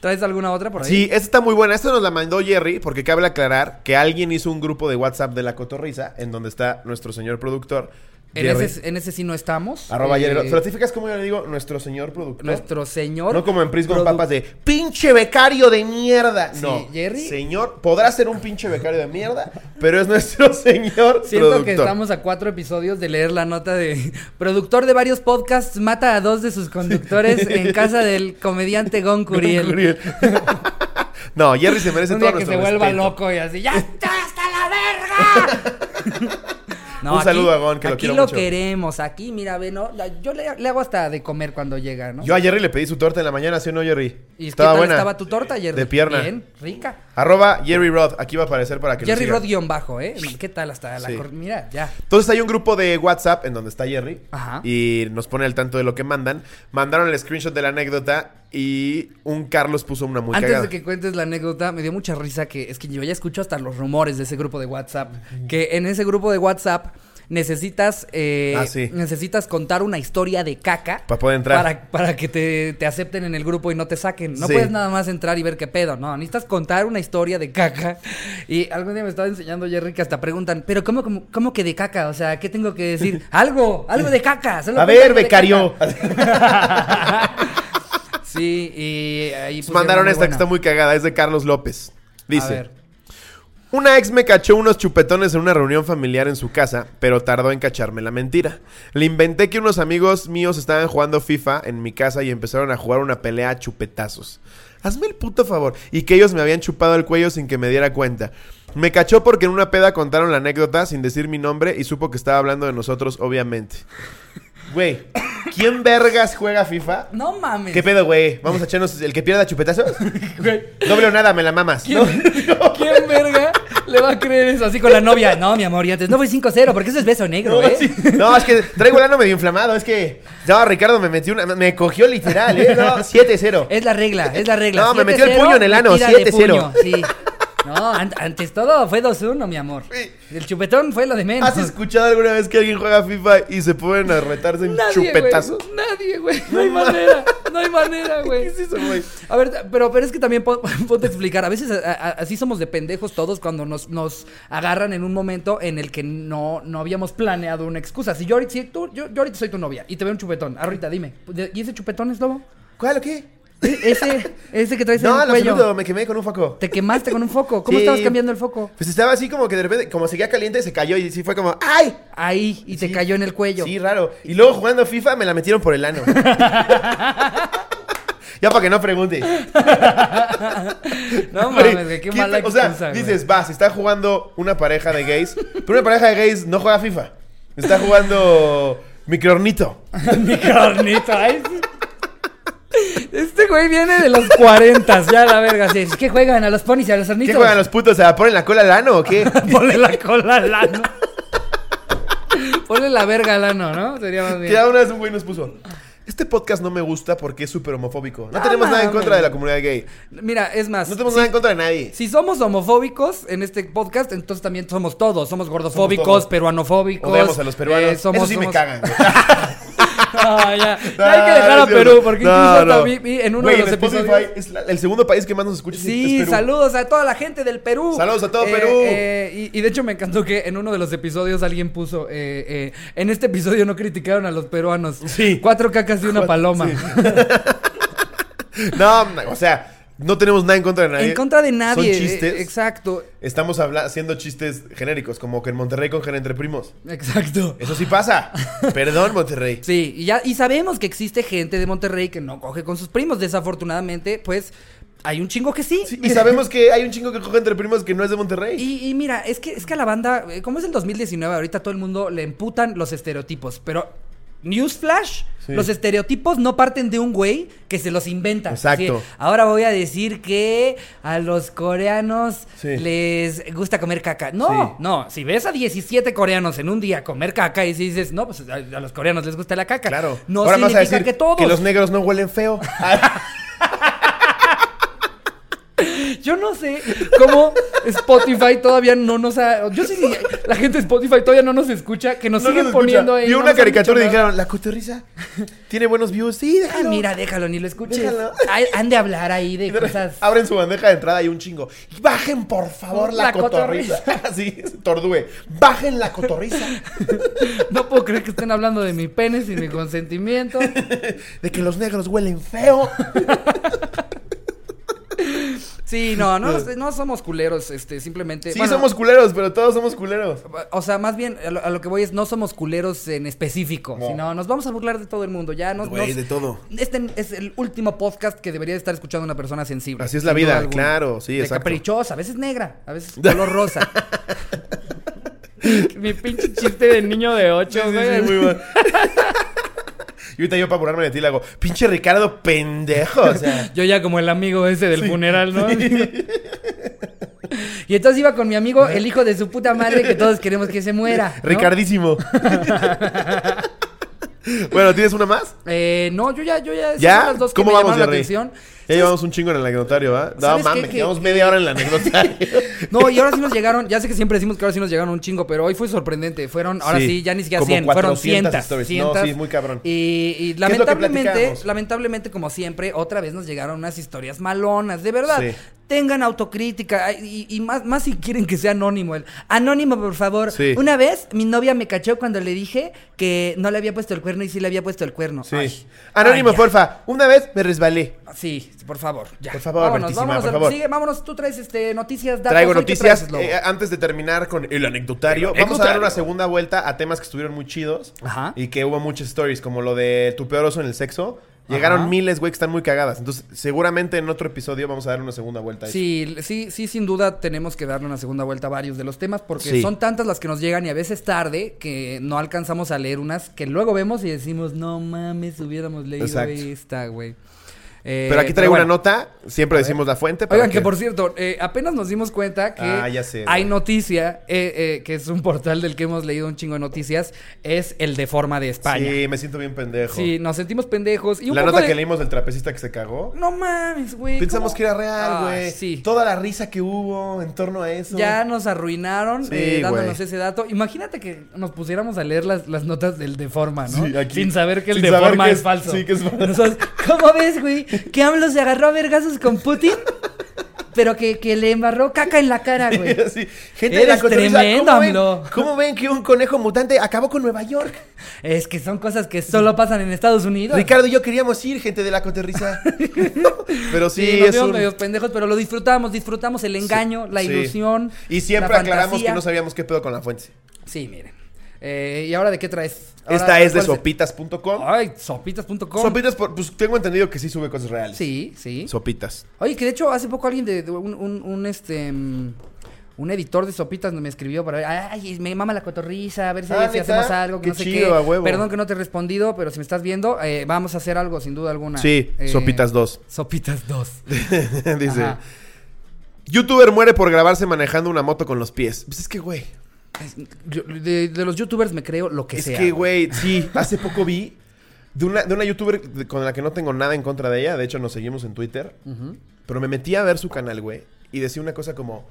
Speaker 1: ¿Traes alguna otra por ahí?
Speaker 2: Sí, esta está muy buena. Esta nos la mandó Jerry porque cabe aclarar que alguien hizo un grupo de WhatsApp de la cotorriza en donde está nuestro señor productor.
Speaker 1: En
Speaker 2: Jerry.
Speaker 1: ese, en ese sí no estamos.
Speaker 2: Arroba
Speaker 1: Eh,
Speaker 2: Jerry. ¿Certificas cómo yo le digo? Nuestro señor productor.
Speaker 1: Nuestro señor.
Speaker 2: No como en Pris con
Speaker 1: produ-
Speaker 2: papas de pinche becario de mierda.
Speaker 1: Sí,
Speaker 2: no,
Speaker 1: Jerry.
Speaker 2: Señor, podrá ser un pinche becario de mierda, pero es nuestro señor
Speaker 1: Siento
Speaker 2: productor.
Speaker 1: que estamos a cuatro episodios de leer la nota de productor de varios podcasts mata a dos de sus conductores en casa del comediante Gon Curiel.
Speaker 2: Curiel. no, Jerry se merece
Speaker 1: Un
Speaker 2: todo
Speaker 1: día que
Speaker 2: nuestro
Speaker 1: se vuelva
Speaker 2: respeto.
Speaker 1: loco y así, ¡ya está hasta la verga!
Speaker 2: Un saludo a Gon, que lo
Speaker 1: aquí
Speaker 2: quiero mucho.
Speaker 1: queremos, aquí, mira, ve, ¿no? La- Yo le, le hago hasta de comer cuando llega, ¿no?
Speaker 2: Yo a Jerry le pedí su torta en la mañana, ¿sí o no, Jerry?
Speaker 1: ¿Y qué tal estaba tu torta, Jerry?
Speaker 2: De pierna.
Speaker 1: Bien, rica.
Speaker 2: Arroba Jerry Roth, aquí va a aparecer para que lo
Speaker 1: Jerry
Speaker 2: sigan.
Speaker 1: Rod guión bajo, ¿eh? ¿Qué tal hasta la
Speaker 2: Sí.
Speaker 1: cor- Mira, ya.
Speaker 2: Entonces hay un grupo de WhatsApp en donde está Jerry
Speaker 1: Ajá.
Speaker 2: y nos pone al tanto de lo que mandan. Mandaron el screenshot de la anécdota y un Carlos puso una muy
Speaker 1: Antes
Speaker 2: cagada.
Speaker 1: de que cuentes la anécdota, me dio mucha risa que es que yo ya escucho hasta los rumores de ese grupo de WhatsApp. Que en ese grupo de WhatsApp necesitas eh,
Speaker 2: Ah, sí.
Speaker 1: necesitas contar una historia de caca
Speaker 2: Pa' poder entrar.
Speaker 1: para, para que te, te acepten en el grupo y no te saquen. No
Speaker 2: Sí.
Speaker 1: puedes nada más entrar y ver qué pedo. No, necesitas contar una historia de caca. Y algún día me estaba enseñando Jerry que hasta preguntan, pero cómo, cómo, cómo que de caca? O sea, ¿qué tengo que decir? algo, algo de caca. solo cuenta
Speaker 2: A ver,
Speaker 1: algo de
Speaker 2: becario.
Speaker 1: caca. Sí, y ahí pusieron
Speaker 2: Mandaron
Speaker 1: muy
Speaker 2: esta que
Speaker 1: buena.
Speaker 2: está muy cagada, es de Carlos López.
Speaker 1: A
Speaker 2: Dice,
Speaker 1: ver.
Speaker 2: una ex me cachó unos chupetones en una reunión familiar en su casa, pero tardó en cacharme la mentira. Le inventé que unos amigos míos estaban jugando FIFA en mi casa y empezaron a jugar una pelea a chupetazos. Hazme el puto favor. Y que ellos me habían chupado el cuello sin que me diera cuenta. Me cachó porque en una peda contaron la anécdota sin decir mi nombre y supo que estaba hablando de nosotros, obviamente. Güey, ¿quién vergas juega FIFA?
Speaker 1: No mames.
Speaker 2: ¿Qué pedo, güey? ¿Vamos a echarnos el que pierda chupetazos?
Speaker 1: Güey, ¿Eh?
Speaker 2: Doble o nada, me la mamas.
Speaker 1: ¿Quién, quién verga le va a creer eso? Así con la novia. No, mi amor, ya antes. No fue 5-0, porque eso es beso negro,
Speaker 2: No,
Speaker 1: ¿eh?
Speaker 2: sí. No, es que traigo el ano medio inflamado. Es que. No, Ricardo me metió una. Me cogió literal, ¿eh? No, 7-0.
Speaker 1: Es la regla, es la regla.
Speaker 2: No, me
Speaker 1: 7-0,
Speaker 2: metió el puño en el ano,
Speaker 1: metida de
Speaker 2: 7-0.
Speaker 1: puño, Sí. No, an- antes todo fue 2-1, mi amor.
Speaker 2: Sí.
Speaker 1: El chupetón fue lo de menos.
Speaker 2: ¿Has escuchado alguna vez que alguien juega FIFA y se ponen a retarse en
Speaker 1: Nadie, güey,
Speaker 2: chupetazos?
Speaker 1: Nadie, güey. No hay manera. No hay manera, güey.
Speaker 2: ¿Qué es eso, güey?
Speaker 1: A ver, pero, pero es que también pon- ponte a explicar. A veces a- a- así somos de pendejos todos cuando nos, nos agarran en un momento en el que no, no habíamos planeado una excusa. Si yo ahorita, si tú, yo, yo ahorita soy tu novia y te veo un chupetón, ahorita dime, ¿y ese chupetón es lobo?
Speaker 2: ¿Cuál o qué?
Speaker 1: E- Ese, ese que traes en
Speaker 2: No,
Speaker 1: el
Speaker 2: lo
Speaker 1: cuello.
Speaker 2: absoluto, me quemé con un foco.
Speaker 1: Te quemaste con un foco. ¿Cómo
Speaker 2: Sí.
Speaker 1: estabas cambiando el foco?
Speaker 2: Pues estaba así como que de repente, como seguía caliente, se cayó y sí fue como, ¡ay!
Speaker 1: Ahí, y te
Speaker 2: Sí.
Speaker 1: cayó en el cuello.
Speaker 2: Sí, raro. Y luego jugando FIFA me la metieron por el ano. ya para que no pregunte.
Speaker 1: no
Speaker 2: Güey,
Speaker 1: mames, güey, qué
Speaker 2: ¿qué
Speaker 1: mala
Speaker 2: te- O sea,
Speaker 1: excusa, güey.
Speaker 2: dices, va, se está jugando una pareja de gays, pero una pareja de gays no juega FIFA. Está jugando microornito.
Speaker 1: Mi carnito, ay, sí. Este güey viene de los 40, ya la verga. Así, ¿Qué juegan? ¿A los ponis y a los hornitos?
Speaker 2: ¿Qué juegan los putos? ¿Se la ponen la cola al ano o qué?
Speaker 1: Ponle la cola al ano. Ponle la verga al ano, ¿no? Sería más bien.
Speaker 2: Que una vez un güey nos puso. Este podcast no me gusta porque es súper homofóbico. No tenemos nada en
Speaker 1: mames.
Speaker 2: contra de la comunidad gay.
Speaker 1: Mira, es más.
Speaker 2: No tenemos nada en contra de nadie.
Speaker 1: Si somos homofóbicos en este podcast, entonces también somos todos. Somos gordofóbicos,
Speaker 2: Somos todos.
Speaker 1: peruanofóbicos.
Speaker 2: Odiamos a los peruanos.
Speaker 1: eh, somos-
Speaker 2: Eso sí me
Speaker 1: somos-
Speaker 2: cagan. güey.
Speaker 1: No, ya. Ya
Speaker 2: No,
Speaker 1: hay que dejar
Speaker 2: no
Speaker 1: a
Speaker 2: es cierto.
Speaker 1: Perú, porque
Speaker 2: No,
Speaker 1: incluso hasta
Speaker 2: no.
Speaker 1: vi- vi en uno
Speaker 2: Güey,
Speaker 1: de los
Speaker 2: en Spotify
Speaker 1: episodios.
Speaker 2: es la- el segundo país que más nos escucha. es-
Speaker 1: Sí,
Speaker 2: es Perú.
Speaker 1: saludos a toda la gente del Perú.
Speaker 2: Saludos a todo
Speaker 1: Eh,
Speaker 2: Perú.
Speaker 1: eh, y, y de hecho me encantó que en uno de los episodios alguien puso, eh, eh, en este episodio no criticaron a los peruanos.
Speaker 2: Sí.
Speaker 1: Cuatro cacas de una paloma.
Speaker 2: No, o sea, no tenemos nada en contra de nadie.
Speaker 1: En contra de nadie.
Speaker 2: Son chistes.
Speaker 1: eh, exacto,
Speaker 2: Estamos habla- haciendo chistes genéricos, como que en Monterrey con entre primos.
Speaker 1: exacto.
Speaker 2: Eso sí pasa. Perdón, Monterrey.
Speaker 1: Sí, y, ya, y sabemos que existe gente de Monterrey que no coge con sus primos. Desafortunadamente, pues hay un chingo que sí.
Speaker 2: Sí, y sabemos que hay un chingo que coge entre primos que no es de Monterrey.
Speaker 1: Y, y mira, es que, es que a la banda, eh, como es el 2019, ahorita todo el mundo le emputan los estereotipos, pero Newsflash.
Speaker 2: Sí.
Speaker 1: Los estereotipos no parten de un güey que se los inventa.
Speaker 2: Exacto.
Speaker 1: Así, ahora voy a decir que a los coreanos
Speaker 2: Sí.
Speaker 1: les gusta comer caca. No,
Speaker 2: Sí.
Speaker 1: no. Si ves a 17 coreanos en un día comer caca y si dices, no, pues a, a los coreanos les gusta la caca.
Speaker 2: Claro.
Speaker 1: No
Speaker 2: Ahora me vas
Speaker 1: significa
Speaker 2: a decir
Speaker 1: que todos.
Speaker 2: los negros no huelen feo.
Speaker 1: Yo no sé cómo Spotify todavía no nos ha. Yo sé si la gente de Spotify todavía no nos escucha, que nos siguen poniendo ahí.
Speaker 2: Y
Speaker 1: no nos
Speaker 2: una
Speaker 1: han dicho
Speaker 2: caricatura y
Speaker 1: nada.
Speaker 2: dijeron, la cotorriza tiene buenos views. Sí,
Speaker 1: Ah,
Speaker 2: déjalo.
Speaker 1: mira, déjalo, ni lo escuches.
Speaker 2: Déjalo.
Speaker 1: Ay, Han de hablar ahí de
Speaker 2: Y de-
Speaker 1: cosas.
Speaker 2: Abren su bandeja de entrada y un chingo. "Y Bajen, por favor, la,
Speaker 1: La
Speaker 2: cotorriza. Así, tordue. Bajen la cotorriza.
Speaker 1: No puedo creer que estén hablando de mi pene sin mi consentimiento.
Speaker 2: De que los negros huelen feo.
Speaker 1: Sí, no, no, no somos culeros, este, simplemente.
Speaker 2: Sí,
Speaker 1: bueno,
Speaker 2: somos culeros, pero todos somos culeros.
Speaker 1: O sea, más bien, a lo, a lo que voy es, no somos culeros en específico,
Speaker 2: No.
Speaker 1: sino nos vamos a burlar de todo el mundo. Ya nos.
Speaker 2: Güey,
Speaker 1: nos-
Speaker 2: de todo.
Speaker 1: Este es el último podcast que debería estar escuchando una persona sensible.
Speaker 2: Así es la
Speaker 1: sin duda
Speaker 2: vida,
Speaker 1: alguna.
Speaker 2: claro, sí,
Speaker 1: De
Speaker 2: exacto.
Speaker 1: Caprichosa, a veces negra, a veces color rosa. Mi pinche chiste de niño de
Speaker 2: Sí,
Speaker 1: ocho,
Speaker 2: sí,
Speaker 1: güey.
Speaker 2: sí, muy bueno. Y ahorita yo para burlarme de ti le hago, pinche Ricardo pendejo. O sea,
Speaker 1: Yo ya como el amigo ese del funeral, ¿no? Y entonces iba con mi amigo, el hijo de su puta madre, que todos queremos que se muera. ¿no?
Speaker 2: Ricardísimo. bueno, ¿tienes una más?
Speaker 1: Eh, no, yo ya, yo ya. esas son
Speaker 2: ¿Ya?
Speaker 1: las dos que
Speaker 2: ¿Cómo
Speaker 1: me
Speaker 2: vamos,
Speaker 1: llamaron la
Speaker 2: Jerry?
Speaker 1: atención.
Speaker 2: Ya llevamos un chingo en el anecdotario, ¿va? No
Speaker 1: ¿Sabes
Speaker 2: mames,
Speaker 1: qué? Que-
Speaker 2: llevamos media hora en el anecdotario.
Speaker 1: No, y ahora sí nos llegaron, ya sé que siempre decimos que ahora sí nos llegaron un chingo, pero hoy fue sorprendente. Fueron, ahora sí,
Speaker 2: Sí,
Speaker 1: ya ni siquiera
Speaker 2: como
Speaker 1: 100, fueron
Speaker 2: 400
Speaker 1: cientas.
Speaker 2: stories. No,
Speaker 1: cientas.
Speaker 2: sí, muy cabrón.
Speaker 1: Y, y
Speaker 2: lo que
Speaker 1: lamentablemente,
Speaker 2: platicábamos?
Speaker 1: lamentablemente, como siempre, otra vez nos llegaron unas historias malonas, de verdad.
Speaker 2: Sí.
Speaker 1: Tengan autocrítica ay, y, y más, más si quieren que sea anónimo. El, anónimo, por favor.
Speaker 2: Sí.
Speaker 1: Una vez mi novia me cachó cuando le dije que no le había puesto el cuerno y sí le había puesto el cuerno.
Speaker 2: Sí.
Speaker 1: Ay,
Speaker 2: Anónimo,
Speaker 1: ay, ya.
Speaker 2: porfa. Una vez me resbalé.
Speaker 1: Sí, por favor, ya.
Speaker 2: Por favor,
Speaker 1: vámonos,
Speaker 2: Bertísima,
Speaker 1: vámonos,
Speaker 2: por favor.
Speaker 1: sigue, vámonos, tú traes este, noticias, datos.
Speaker 2: Traigo
Speaker 1: hoy qué
Speaker 2: noticias.
Speaker 1: traes, Lobo?
Speaker 2: Eh, antes de terminar con el anecdotario,
Speaker 1: El
Speaker 2: vamos a dar
Speaker 1: anecdotario.
Speaker 2: una segunda vuelta a temas que estuvieron muy chidos
Speaker 1: Ajá.
Speaker 2: y que hubo muchas stories, como lo de tu peor oso en el sexo. Llegaron
Speaker 1: Ajá.
Speaker 2: miles, güey, que están muy cagadas. Entonces, seguramente en otro episodio vamos a dar una segunda vuelta. a eso.
Speaker 1: Sí, sí, sí, sin duda tenemos que darle una segunda vuelta a varios de los temas porque
Speaker 2: Sí.
Speaker 1: son tantas las que nos llegan y a veces tarde que no alcanzamos a leer unas que luego vemos y decimos, no mames, hubiéramos leído
Speaker 2: Exacto.
Speaker 1: esta, güey. Eh,
Speaker 2: Pero aquí traigo
Speaker 1: bueno.
Speaker 2: una nota, siempre decimos la fuente. para
Speaker 1: Oigan, que por cierto, eh, apenas nos dimos cuenta que
Speaker 2: Ah, ya sé,
Speaker 1: hay
Speaker 2: güey.
Speaker 1: noticia, eh, eh, que es un portal del que hemos leído un chingo de noticias, es el de forma de España. Sí,
Speaker 2: Sí, me siento bien pendejo.
Speaker 1: nos sentimos pendejos. Y un
Speaker 2: la
Speaker 1: poco
Speaker 2: nota
Speaker 1: de-
Speaker 2: que leímos del trapecista que se cagó.
Speaker 1: No mames, güey.
Speaker 2: Pensamos
Speaker 1: ¿cómo?
Speaker 2: que era real,
Speaker 1: Ah,
Speaker 2: güey.
Speaker 1: sí.
Speaker 2: Toda la risa que hubo en torno a eso.
Speaker 1: Ya nos arruinaron
Speaker 2: Sí,
Speaker 1: eh, dándonos
Speaker 2: güey.
Speaker 1: ese dato. Imagínate que nos pusiéramos a leer las, las notas del Deforma, ¿no?
Speaker 2: Sí, aquí.
Speaker 1: Sin saber que el
Speaker 2: Sin saber
Speaker 1: Deforma
Speaker 2: que
Speaker 1: es,
Speaker 2: es-
Speaker 1: falso.
Speaker 2: sí, que es falso.
Speaker 1: Nosotros, ¿Cómo ves, güey? Que AMLO se agarró a vergazos con Putin, pero que, que le embarró caca en la cara, güey.
Speaker 2: Sí. Gente de
Speaker 1: Eres
Speaker 2: la cotorriza,
Speaker 1: tremendo,
Speaker 2: ¿cómo, ven,
Speaker 1: AMLO.
Speaker 2: ¿Cómo ven que un conejo mutante acabó con Nueva York?
Speaker 1: Es que son cosas que solo pasan en Estados Unidos.
Speaker 2: Ricardo y yo queríamos ir, gente de la cotorriza. Pero sí,
Speaker 1: Sí, nos
Speaker 2: es
Speaker 1: vimos
Speaker 2: un...
Speaker 1: medios pendejos, pero lo disfrutamos, disfrutamos el engaño, la
Speaker 2: sí.
Speaker 1: ilusión.
Speaker 2: Y siempre
Speaker 1: la
Speaker 2: aclaramos que
Speaker 1: fantasía.
Speaker 2: no sabíamos qué pedo con la fuente.
Speaker 1: Sí, miren. Eh, ¿Y ahora de qué traes? Ahora,
Speaker 2: Esta es de
Speaker 1: ¿cuál Ah,
Speaker 2: sopitas.com.
Speaker 1: Ay, sopitas.com.
Speaker 2: Sopitas, por- pues tengo entendido que sí sube cosas reales.
Speaker 1: Sí, sí.
Speaker 2: Sopitas.
Speaker 1: Oye, que de hecho hace poco alguien de, de un, un, un, este mm, un editor de sopitas me escribió para ver, ay, me mama la cotorriza, a ver si,
Speaker 2: Ah,
Speaker 1: si
Speaker 2: ¿neta?
Speaker 1: hacemos algo, que
Speaker 2: Qué
Speaker 1: no sé
Speaker 2: chido,
Speaker 1: qué.
Speaker 2: a huevo.
Speaker 1: Perdón que no te he respondido, pero si me estás viendo, eh, vamos a hacer algo sin duda alguna.
Speaker 2: Sí,
Speaker 1: Eh,
Speaker 2: Sopitas 2.
Speaker 1: Sopitas 2.
Speaker 2: Dice...
Speaker 1: Ajá.
Speaker 2: Youtuber muere por grabarse manejando una moto con los pies. Pues es que, güey.
Speaker 1: Es- yo- de, de los youtubers me creo lo que
Speaker 2: Es
Speaker 1: sea.
Speaker 2: que,
Speaker 1: güey.
Speaker 2: güey, sí. Hace poco vi de una, de una youtuber de- con la que no tengo nada en contra de ella. De hecho, nos seguimos en Twitter. Pero me metí a ver su canal, güey. Y decía una cosa como...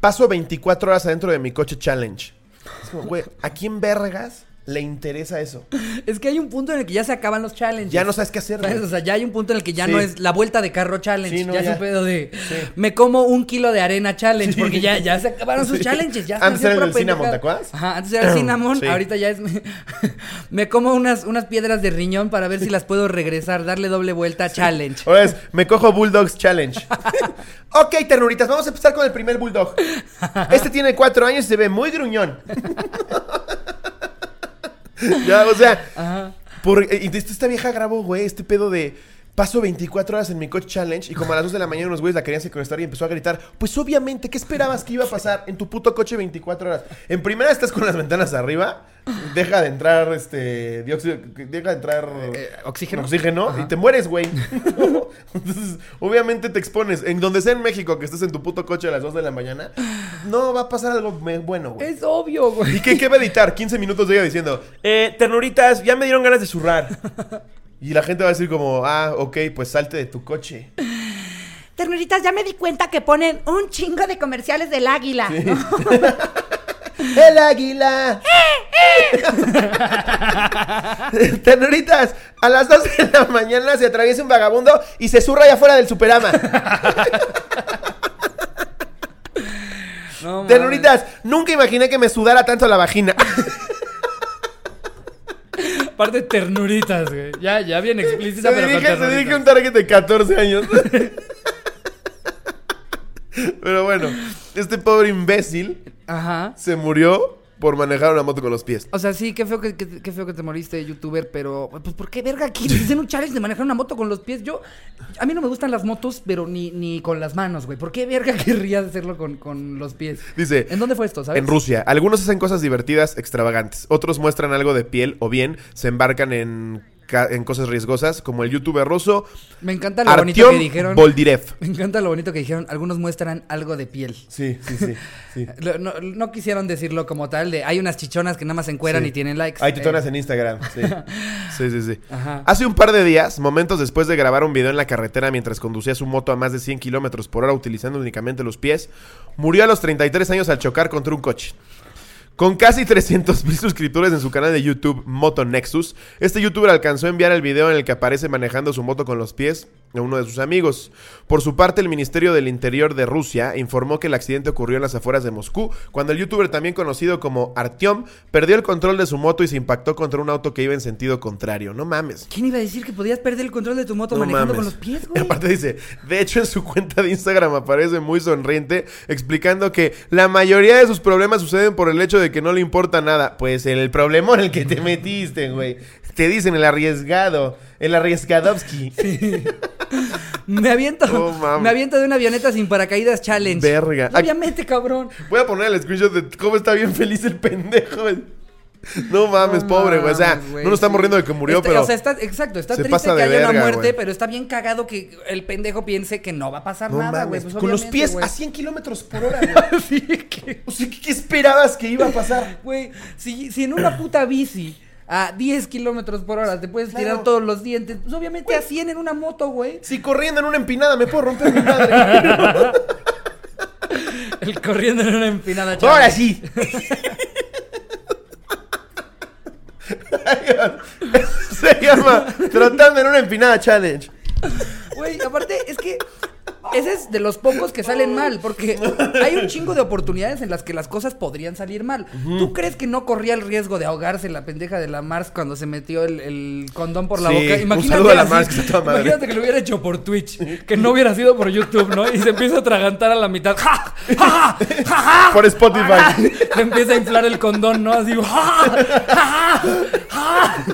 Speaker 2: Paso 24 horas adentro de mi coche challenge. Es como, güey, ¿a quién vergas le interesa eso?
Speaker 1: Es que hay un punto en el que ya se acaban los challenges.
Speaker 2: Ya no sabes qué hacer,
Speaker 1: ¿Sabes? O
Speaker 2: güey.
Speaker 1: sea, ya hay un punto en el que ya
Speaker 2: Sí.
Speaker 1: no es la vuelta de carro challenge.
Speaker 2: Sí, no,
Speaker 1: ya, es
Speaker 2: ya.
Speaker 1: un pedo de me como un kilo de arena challenge. Porque ya, ya se acabaron sus
Speaker 2: Sí.
Speaker 1: challenges. Ya
Speaker 2: Antes
Speaker 1: se me
Speaker 2: era
Speaker 1: hacía
Speaker 2: el del
Speaker 1: pura
Speaker 2: cinnamon,
Speaker 1: pendejada.
Speaker 2: ¿te acuerdas?
Speaker 1: Ajá, antes era el cinnamon.
Speaker 2: Sí.
Speaker 1: Ahorita ya es. me como unas, unas piedras de riñón para ver si las puedo regresar. Darle doble vuelta challenge.
Speaker 2: Ahora es, me cojo Bulldogs Challenge. ok, ternuritas, vamos a empezar con el primer Bulldog. Este tiene cuatro años y se ve muy gruñón. ya, o sea,
Speaker 1: Ajá.
Speaker 2: Ah, eh, por, y esta vieja grabó, güey, este pedo de Paso 24 horas en mi coche challenge y como a las 2 de la mañana unos güeyes la querían secuestrar y empezó a gritar, pues obviamente, ¿qué esperabas que iba a pasar en tu puto coche 24 horas? En primera estás con las ventanas arriba, deja de entrar este dióxido, deja de entrar
Speaker 1: Eh, oxígeno.
Speaker 2: oxígeno
Speaker 1: Ajá.
Speaker 2: y te mueres, güey. Entonces, obviamente te expones en donde sea en México que estés en tu puto coche a las 2 de la mañana, no va a pasar algo me- bueno, güey.
Speaker 1: Es obvio, güey.
Speaker 2: pues. ¿Y qué, qué va a editar? 15 minutos de ella diciendo, eh, ternuritas, ya me dieron ganas de zurrar. Y la gente va a decir como, ah, ok, pues salte de tu coche.
Speaker 3: Ternuritas, ya me di cuenta que ponen un chingo de comerciales del águila. ¿no?
Speaker 2: ¡El águila! ternuritas, a las 2 de la mañana se atraviesa un vagabundo y se zurra allá afuera del superama.
Speaker 1: No, mames.
Speaker 2: Ternuritas, nunca imaginé que me sudara tanto la vagina.
Speaker 1: Aparte, ternuritas, güey. Ya, ya bien explícita,
Speaker 2: Se
Speaker 1: pero con
Speaker 2: dirige, se
Speaker 1: ternuritas.
Speaker 2: dirige un target de 14 años. Pero bueno, este pobre imbécil
Speaker 1: Ajá.
Speaker 2: se murió por manejar una moto con los pies.
Speaker 1: O sea, sí, qué feo que, que- qué feo que te moriste, youtuber, pero pues ¿por qué verga quieres hacer un challenge de manejar una moto con los pies? Yo, a mí no me gustan las motos, pero ni, ni con las manos, güey. ¿Por qué verga querrías hacerlo con, con los pies?
Speaker 2: Dice,
Speaker 1: ¿En dónde fue esto, sabes?
Speaker 2: En Rusia, algunos hacen cosas divertidas, extravagantes. Otros muestran algo de piel o bien se embarcan en, ca- en cosas riesgosas, como el youtuber ruso
Speaker 1: Me encanta lo bonito que
Speaker 2: Artyom
Speaker 1: dijeron.
Speaker 2: Boldirev.
Speaker 1: Me encanta lo bonito que dijeron. Algunos muestran algo de piel.
Speaker 2: Sí, sí, sí. sí.
Speaker 1: Lo- No, no quisieron decirlo como tal de hay unas chichonas que nada más se encueran
Speaker 2: Sí.
Speaker 1: y tienen likes.
Speaker 2: Hay Ah. tutonas
Speaker 1: Eh,
Speaker 2: en Instagram. Sí. sí, sí, sí.
Speaker 1: Ajá.
Speaker 2: Hace un par de días, momentos después de grabar un video en la carretera mientras conducía su moto a más de 100 kilómetros por hora utilizando únicamente los pies, murió a los 33 años al chocar contra un coche. Con casi 300 mil suscriptores en su canal de YouTube Moto Nexus, este youtuber alcanzó a enviar el video en el que aparece manejando su moto con los pies a uno de sus amigos. Por su parte, el Ministerio del Interior de Rusia informó que el accidente ocurrió en las afueras de Moscú, cuando el youtuber también conocido como Artyom perdió el control de su moto y se impactó contra un auto que iba en sentido contrario. No mames.
Speaker 1: ¿Quién iba a decir que podías perder el control de tu moto
Speaker 2: No
Speaker 1: manejando con
Speaker 2: mames.
Speaker 1: los pies,
Speaker 2: Y
Speaker 1: güey?
Speaker 2: aparte dice, de hecho en su cuenta de Instagram aparece muy sonriente explicando que la mayoría de sus problemas suceden por el hecho de que no le importa nada. Pues el problema en el que te metiste, güey. Te dicen el arriesgado, el arriesgadovsky.
Speaker 1: Me aviento,
Speaker 2: No mames.
Speaker 1: me aviento de una avioneta sin paracaídas challenge.
Speaker 2: Verga.
Speaker 1: Obviamente, cabrón.
Speaker 2: Voy a poner el screenshot de cómo está bien feliz el pendejo. güey. No mames,
Speaker 1: No
Speaker 2: pobre, güey. O sea,
Speaker 1: mames, güey,
Speaker 2: no nos estamos
Speaker 1: sí.
Speaker 2: riendo de que murió,
Speaker 1: Está-
Speaker 2: pero...
Speaker 1: O sea, está, exacto, está
Speaker 2: se
Speaker 1: triste que
Speaker 2: pasa de
Speaker 1: haya una
Speaker 2: verga,
Speaker 1: muerte,
Speaker 2: güey.
Speaker 1: pero está bien cagado que el pendejo piense que no va a pasar
Speaker 2: no
Speaker 1: nada, güey.
Speaker 2: mames,
Speaker 1: Pues,
Speaker 2: con los
Speaker 1: obviamente,
Speaker 2: pies
Speaker 1: güey.
Speaker 2: a 100 kilómetros por hora, güey.
Speaker 1: Sí, que-
Speaker 2: O sea, ¿qué- ¿qué esperabas que iba a pasar?
Speaker 1: Güey, si, si en una puta bici a 10 kilómetros por hora te puedes
Speaker 2: Claro.
Speaker 1: tirar todos los dientes, pues obviamente a 100 en una moto, güey.
Speaker 2: Si corriendo en una empinada me puedo romper mi madre.
Speaker 1: El corriendo en una empinada, chaval.
Speaker 2: Ahora sí. Se llama Trotando en una empinada challenge.
Speaker 1: Güey, aparte es que ese es de los pocos que salen mal, porque hay un chingo de oportunidades en las que las cosas podrían salir mal. ¿Tú crees que no corría el riesgo de ahogarse la pendeja de la Mars cuando se metió el, el condón por la
Speaker 2: Sí,
Speaker 1: boca?
Speaker 2: un saludo a la
Speaker 1: así,
Speaker 2: Mars, que está toda madre.
Speaker 1: imagínate que lo hubiera hecho por Twitch, que no hubiera sido por YouTube, ¿no? Y se empieza a atragantar a la mitad. ¡Ja! ¡Ja! ¡Ja! ¡Ja! ¡Ja!
Speaker 2: Por Spotify.
Speaker 1: Le empieza a inflar el condón, ¿no? Así, "Ah, ¡ja! ¡Ja! ¡Ja! ah".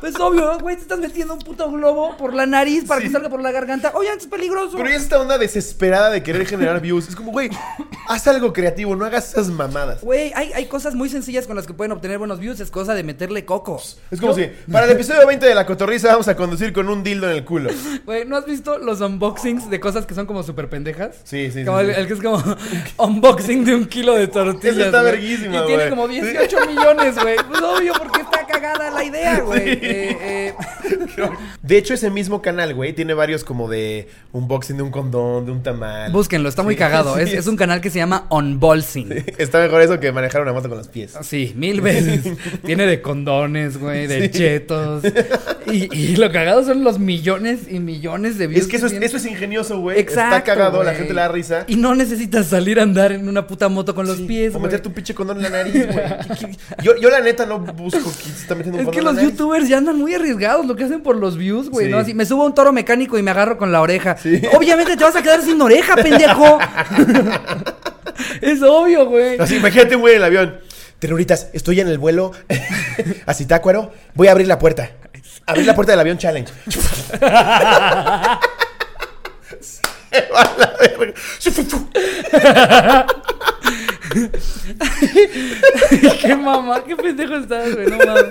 Speaker 1: Pues obvio, güey, te estás metiendo un puto globo por la nariz para que salga por la garganta. Oye, es peligroso.
Speaker 2: Pero ya esta onda desesperada de querer generar views. Es como, güey, haz algo creativo, no hagas esas mamadas.
Speaker 1: Güey, hay, hay cosas muy sencillas con las que pueden obtener buenos views. Es cosa de meterle cocos.
Speaker 2: Es como si, para el episodio 20 de La Cotorriza vamos a conducir con un dildo en el culo.
Speaker 1: Güey, ¿no has visto los unboxings de cosas que son como súper pendejas?
Speaker 2: Sí, sí,
Speaker 1: Como
Speaker 2: sí,
Speaker 1: el,
Speaker 2: sí.
Speaker 1: el que es como unboxing de un kilo de tortillas.
Speaker 2: Ese está
Speaker 1: güey.
Speaker 2: verguísima,
Speaker 1: Y tiene
Speaker 2: güey.
Speaker 1: como 18 millones, güey. Pues obvio, porque está cagada la idea, güey. Eh, eh.
Speaker 2: De hecho, ese mismo canal, güey, tiene varios como de unboxing de un condón, de un tamal.
Speaker 1: Búsquenlo, está muy
Speaker 2: Sí,
Speaker 1: cagado.
Speaker 2: sí,
Speaker 1: es, es un canal que se llama Unboxing.
Speaker 2: Está mejor eso que manejar una moto con los pies.
Speaker 1: Sí, mil veces. Tiene de condones, güey, de chetos. Y, y lo cagado son los millones y millones de views.
Speaker 2: Es que eso es,
Speaker 1: tiene.
Speaker 2: eso es ingenioso, güey.
Speaker 1: Exacto,
Speaker 2: Está cagado, la
Speaker 1: güey.
Speaker 2: gente le da risa.
Speaker 1: Y no necesitas salir a andar en una puta moto con los
Speaker 2: Sí,
Speaker 1: pies,
Speaker 2: O
Speaker 1: güey.
Speaker 2: meterte un pinche condón en la nariz, güey. ¿Qué- qué- Yo, yo la neta no busco que se está metiendo un
Speaker 1: Es
Speaker 2: condón
Speaker 1: que
Speaker 2: en la
Speaker 1: los
Speaker 2: nariz.
Speaker 1: youtubers ya andan muy arriesgados lo que hacen por los views, güey,
Speaker 2: Sí.
Speaker 1: ¿no? Así, me subo a un toro mecánico y me agarro con la oreja.
Speaker 2: Sí.
Speaker 1: Obviamente te vas a quedar sin oreja, pendejo. es obvio, güey.
Speaker 2: Así, imagínate, güey, en el avión. Terroritas, estoy en el vuelo a Citácuaro. Voy a abrir la puerta. Abrir la puerta del avión challenge. Se va a la verga.
Speaker 1: qué mamá, qué pendejo estás, güey, no mames.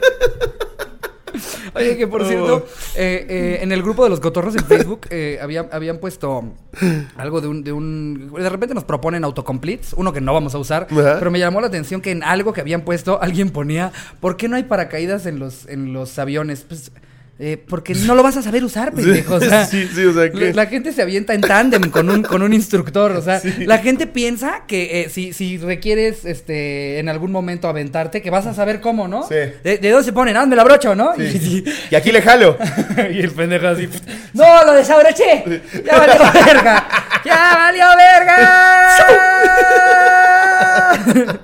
Speaker 1: Oye, que por
Speaker 2: Oh.
Speaker 1: cierto, eh, eh, en el grupo de los cotorros en Facebook eh, había- habían puesto algo de un, de un... De repente nos proponen autocompletes, uno que no vamos a usar,
Speaker 2: Ajá.
Speaker 1: pero me llamó la atención que en algo que habían puesto alguien ponía, ¿por qué no hay paracaídas en los, en los aviones? Pues... eh, porque no lo vas a saber usar, pendejo. o sea,
Speaker 2: Sí, sí, o sea, ¿qué?
Speaker 1: La gente se avienta en tándem con un, con un instructor. O sea, la gente piensa que eh, si, si requieres este en algún momento aventarte, que vas a saber cómo, ¿no?
Speaker 2: Sí.
Speaker 1: De, de dónde se ponen, hazme la brocha, ¿no?
Speaker 2: Sí.
Speaker 1: Y-
Speaker 2: Y aquí le jalo.
Speaker 1: y el pendejo así. ¡No, lo desabroché! ¡Ya valió verga! ¡Ya valió verga!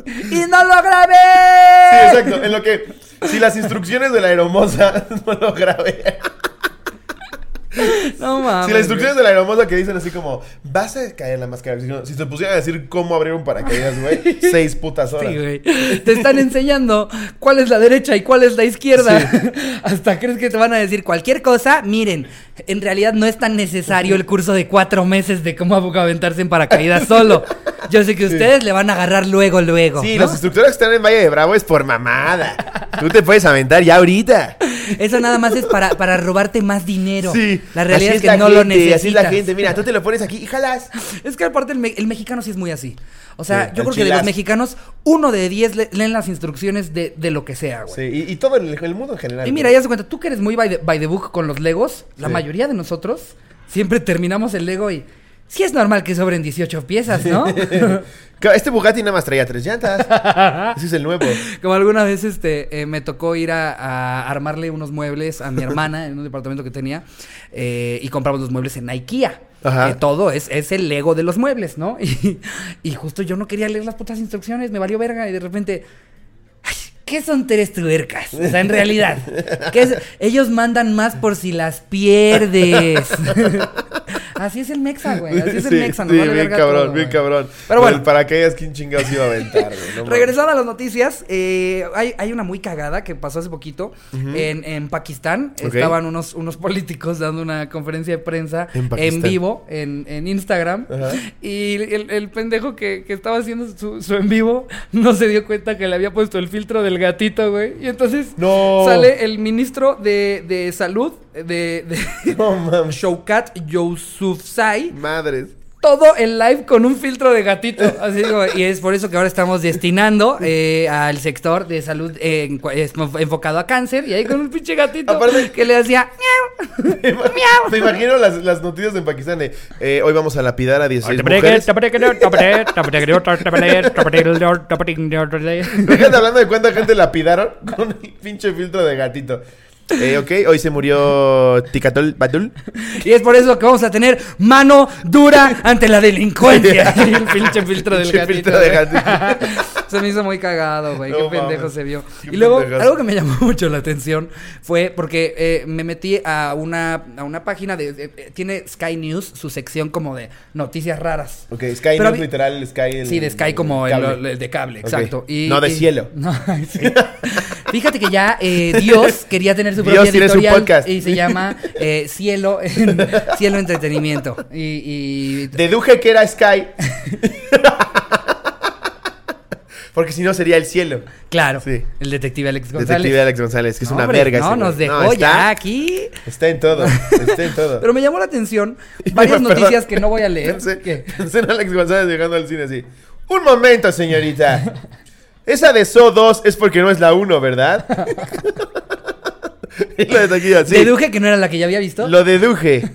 Speaker 1: ¡Y no lo grabé!
Speaker 2: Sí, exacto. En lo que. Si las instrucciones de la aeromoza no lo grabé.
Speaker 1: No mames.
Speaker 2: Si las instrucciones de la aeromoza que dicen así como, vas a caer en la máscara. Si, no- si te pusieran a decir cómo abrir un paracaídas, güey, seis putas horas.
Speaker 1: Sí, güey. Te están enseñando cuál es la derecha y cuál es la izquierda. Hasta crees que te van a decir cualquier cosa. Miren, en realidad no es tan necesario el curso de cuatro meses de cómo aventarse en paracaídas solo. Yo sé que ustedes le van a agarrar luego, luego.
Speaker 2: Sí,
Speaker 1: ¿no?
Speaker 2: los instructores que están en Valle de Bravo es por mamada. Tú te puedes aventar ya ahorita.
Speaker 1: Eso nada más es para, para robarte más dinero.
Speaker 2: Sí.
Speaker 1: La realidad
Speaker 2: Así
Speaker 1: es que
Speaker 2: la
Speaker 1: no lo
Speaker 2: gente,
Speaker 1: necesitas.
Speaker 2: Así es la gente. Mira, tú te lo pones aquí y jalas.
Speaker 1: Es que aparte el, me- el mexicano sí es muy así. O sea,
Speaker 2: Sí,
Speaker 1: yo
Speaker 2: el
Speaker 1: creo que de los
Speaker 2: chilazo.
Speaker 1: mexicanos, uno de diez le- leen las instrucciones de, de lo que sea, güey.
Speaker 2: Sí, y, y todo en el, el mundo en general.
Speaker 1: Y mira, ya se cuenta, tú que eres muy by the, by the book con los Legos, la
Speaker 2: Sí.
Speaker 1: mayoría de nosotros siempre terminamos el Lego y sí es normal que sobren 18 piezas, ¿no?
Speaker 2: Claro, Este Bugatti nada más traía tres llantas. Ese es el nuevo.
Speaker 1: Como alguna vez este, eh, me tocó ir a, a armarle unos muebles a mi hermana en un departamento que tenía eh, y compramos los muebles en IKEA.
Speaker 2: Ajá.
Speaker 1: Eh, todo es, es el Lego de los muebles, ¿no? Y, y justo yo no quería leer las putas instrucciones, me valió verga y de repente... "Ay, ¿Qué son tres tuercas? O sea, en realidad. ¿qué es? Ellos mandan más por si las pierdes. así es el Mexa, güey. Así es el
Speaker 2: Sí,
Speaker 1: Mexa. nos
Speaker 2: sí,
Speaker 1: vale
Speaker 2: bien
Speaker 1: verga
Speaker 2: cabrón,
Speaker 1: todo,
Speaker 2: bien
Speaker 1: güey.
Speaker 2: cabrón.
Speaker 1: Pero bueno.
Speaker 2: El paracaídas, ¿quién chingados iba a aventar, güey? No mames.
Speaker 1: Regresando a las noticias, eh, hay, hay una muy cagada que pasó hace poquito en, en Pakistán.
Speaker 2: Ok.
Speaker 1: Estaban unos, unos políticos dando una conferencia de prensa
Speaker 2: En
Speaker 1: en,
Speaker 2: Pakistán.
Speaker 1: vivo en, en Instagram.
Speaker 2: Ajá.
Speaker 1: Y el, el pendejo que, que estaba haciendo su, su en vivo no se dio cuenta que le había puesto el filtro del gatito, güey. Y entonces
Speaker 2: No.
Speaker 1: sale el ministro de, de Salud de, de
Speaker 2: No mames.
Speaker 1: Shoukat Yousufzai
Speaker 2: Madres.
Speaker 1: todo el live con un filtro de gatito. Así digo, y es por eso que ahora estamos destinando eh, al sector de salud eh, en cua- es- enfocado a cáncer. Y ahí con un pinche gatito
Speaker 2: Aparte-
Speaker 1: que le hacía. "Miau".
Speaker 2: Me ima- me imagino las, las noticias en Pakistán de eh, hoy vamos a lapidar a 16 mujeres. Fíjate hablando de cuánta gente lapidaron con el pinche filtro de gatito. Eh, ok, hoy se murió Ticatol Batul.
Speaker 1: Y es por eso que vamos a tener mano dura ante la delincuencia. Y el pinche filtro del
Speaker 2: Pinche
Speaker 1: gatito.
Speaker 2: filtro de
Speaker 1: güey.
Speaker 2: gatito.
Speaker 1: Se me hizo muy cagado, güey.
Speaker 2: No
Speaker 1: Qué pendejo
Speaker 2: mames.
Speaker 1: se vio.
Speaker 2: Qué
Speaker 1: y luego,
Speaker 2: pendejazo.
Speaker 1: algo que me llamó mucho la atención fue porque eh, me metí a una, a una página de, de- eh, Tiene Sky News su sección como de noticias raras.
Speaker 2: Ok, Sky
Speaker 1: Pero
Speaker 2: no es
Speaker 1: vi-
Speaker 2: literal el Sky. el-
Speaker 1: Sí, de Sky como el,
Speaker 2: cable.
Speaker 1: el de cable,
Speaker 2: Ok.
Speaker 1: exacto. Y,
Speaker 2: No de
Speaker 1: y-
Speaker 2: cielo.
Speaker 1: No, sí. Fíjate que ya eh, Dios quería tener su
Speaker 2: Dios
Speaker 1: propia
Speaker 2: tiene su
Speaker 1: editorial
Speaker 2: podcast.
Speaker 1: y se llama eh, Cielo Cielo Entretenimiento. Y, y
Speaker 2: Deduje que era Sky. Porque si no sería el cielo.
Speaker 1: claro,
Speaker 2: Sí.
Speaker 1: el detective Alex González.
Speaker 2: Detective Alex González, que es
Speaker 1: No,
Speaker 2: una
Speaker 1: hombre,
Speaker 2: verga.
Speaker 1: No,
Speaker 2: ese güey.
Speaker 1: nos dejó
Speaker 2: está,
Speaker 1: ya aquí.
Speaker 2: Está en todo. Está en todo.
Speaker 1: Pero me llamó la atención varias
Speaker 2: Perdón.
Speaker 1: noticias que no voy a leer.
Speaker 2: Pensé,
Speaker 1: que-
Speaker 2: pensé en Alex González llegando al cine así. Un momento, señorita. Esa de So 2 es porque no es la 1, ¿verdad? y la de taquilla, sí.
Speaker 1: Deduje que no era la que ya había visto.
Speaker 2: Lo deduje.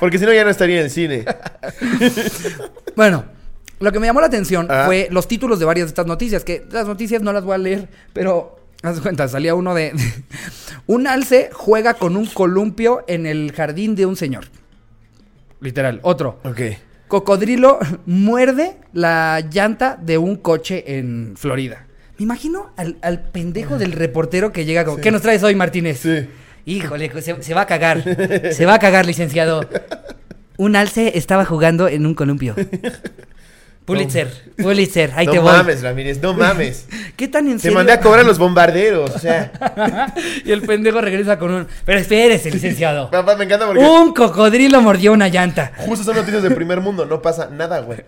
Speaker 2: Porque si no, ya no estaría en el cine.
Speaker 1: Bueno, lo que me llamó la atención
Speaker 2: Ajá.
Speaker 1: fue los títulos de varias de estas noticias, que las noticias no las voy a leer, pero haz de cuenta, salía uno de un alce juega con un columpio en el jardín de un señor. Literal, otro.
Speaker 2: Ok.
Speaker 1: Cocodrilo muerde la llanta de un coche en Florida. Me imagino al, al pendejo del reportero que llega con... ¿Qué nos traes hoy, Martínez?
Speaker 2: Sí.
Speaker 1: Híjole, pues, se, se va a cagar. Se va a cagar, licenciado. Un alce estaba jugando en un columpio. Pulitzer, Pulitzer, ahí
Speaker 2: no
Speaker 1: te voy.
Speaker 2: mames, Ramírez, no mames.
Speaker 1: ¿Qué tan en
Speaker 2: Te
Speaker 1: serio?
Speaker 2: mandé a cobrar los bombarderos, o sea.
Speaker 1: y el pendejo regresa con un. Pero espérese, licenciado.
Speaker 2: Papá, me encanta porque
Speaker 1: Un cocodrilo mordió una llanta.
Speaker 2: justo son noticias del primer mundo, no pasa nada, güey.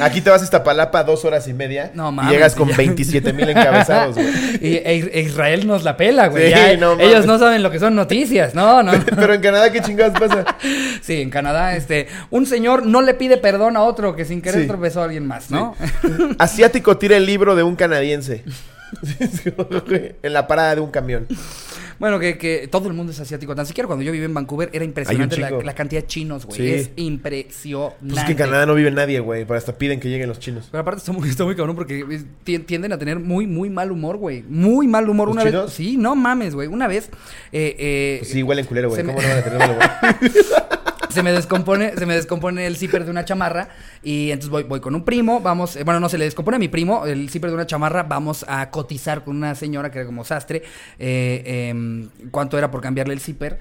Speaker 2: Aquí te vas a Iztapalapa dos horas y media
Speaker 1: No
Speaker 2: y
Speaker 1: mames,
Speaker 2: llegas con
Speaker 1: ya.
Speaker 2: 27 mil encabezados, güey.
Speaker 1: Y e- e Israel nos la pela, güey.
Speaker 2: Sí,
Speaker 1: Ya,
Speaker 2: no mames.
Speaker 1: ellos no saben lo que son noticias. No, no.
Speaker 2: Pero en Canadá, ¿qué chingadas pasa?
Speaker 1: Sí, en Canadá, este, un señor no le pide perdón a otro que sin querer
Speaker 2: Sí.
Speaker 1: tropezó a alguien más, ¿no?
Speaker 2: Asiático tira el libro de un canadiense. en la parada de un camión. Pues
Speaker 1: Bueno, que, que todo el mundo es asiático. Tan siquiera cuando yo vivía en Vancouver era impresionante la,
Speaker 2: chingo.
Speaker 1: la cantidad de chinos, güey.
Speaker 2: Sí.
Speaker 1: Es impresionante.
Speaker 2: Pues es que en Canadá no vive nadie, güey. Pero hasta piden que lleguen los chinos.
Speaker 1: Pero aparte está muy, está muy cabrón porque es- ti- tienden a tener muy, muy mal humor, güey. Muy mal humor.
Speaker 2: ¿Los
Speaker 1: Una
Speaker 2: chinos?
Speaker 1: vez. Sí, no mames, güey. Una vez eh, eh,
Speaker 2: Pues sí, huelen culero, güey.
Speaker 1: se me-
Speaker 2: ¿Cómo no van a tener malo, güey?
Speaker 1: se me descompone, se me descompone el zipper de una chamarra. Y entonces voy, voy con un primo, vamos, eh, bueno, no se le descompone a mi primo, el zipper de una chamarra, vamos a cotizar con una señora que era como sastre, eh, em, cuánto era por cambiarle el zipper.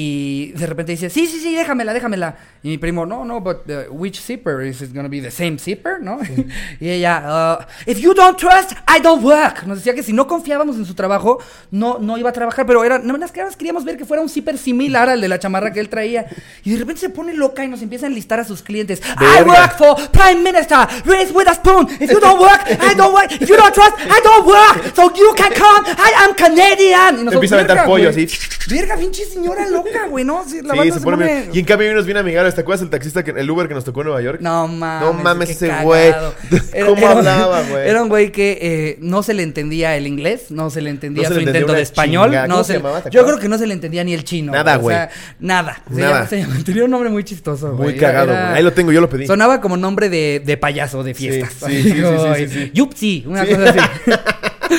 Speaker 1: Y de repente dice, sí, sí, sí, déjamela, déjamela. Y mi primo, no, no, but uh, which zipper? Is it gonna be the same zipper? ¿No? y ella, "Uh, if you don't trust, I don't work. Nos decía que si no confiábamos en su trabajo, no, no iba a trabajar, pero era, nada más que nada más queríamos ver que fuera un zipper similar al de la chamarra que él traía. Y de repente se pone loca y nos empieza a enlistar a sus clientes. I
Speaker 2: Verga.
Speaker 1: work for Prime Minister, Reese Witherspoon. If you don't work, I don't work. If you don't trust, I don't work. So you can come, I am Canadian. Y nosotros,
Speaker 2: empieza a aventar
Speaker 1: "Verga,
Speaker 2: pollo,
Speaker 1: güey".
Speaker 2: así.
Speaker 1: Verga, pinche señora loca, güey, ¿no? Sí, la
Speaker 2: Sí,
Speaker 1: banda
Speaker 2: se
Speaker 1: se
Speaker 2: pone
Speaker 1: pone-
Speaker 2: bien- Y en cambio hay unos bien amigables. ¿Te acuerdas el taxista, que, el Uber que nos tocó en Nueva York?
Speaker 1: No mames.
Speaker 2: No mames
Speaker 1: qué
Speaker 2: ese
Speaker 1: cagado.
Speaker 2: güey.
Speaker 1: Era-
Speaker 2: ¿Cómo
Speaker 1: era un-
Speaker 2: hablaba, güey?
Speaker 1: Era un güey que eh, no se le entendía el inglés, no se le entendía
Speaker 2: No se
Speaker 1: su
Speaker 2: le entendía
Speaker 1: intento
Speaker 2: una
Speaker 1: de español.
Speaker 2: chinga.
Speaker 1: no
Speaker 2: ¿Cómo
Speaker 1: se-
Speaker 2: se llamaba, te
Speaker 1: yo
Speaker 2: acuerdas?
Speaker 1: creo que no se le entendía ni el chino.
Speaker 2: Nada,
Speaker 1: O sea, nada. Se
Speaker 2: Nada.
Speaker 1: llama- se llama- tenía un nombre muy chistoso.
Speaker 2: Muy
Speaker 1: güey. Era-
Speaker 2: cagado, güey.
Speaker 1: era-
Speaker 2: Ahí lo tengo, yo lo pedí.
Speaker 1: Sonaba como nombre de, de payaso de fiestas.
Speaker 2: sí, sí, sí,
Speaker 1: Como,
Speaker 2: sí, sí, sí.
Speaker 1: Yupsi, una
Speaker 2: Sí.
Speaker 1: cosa así.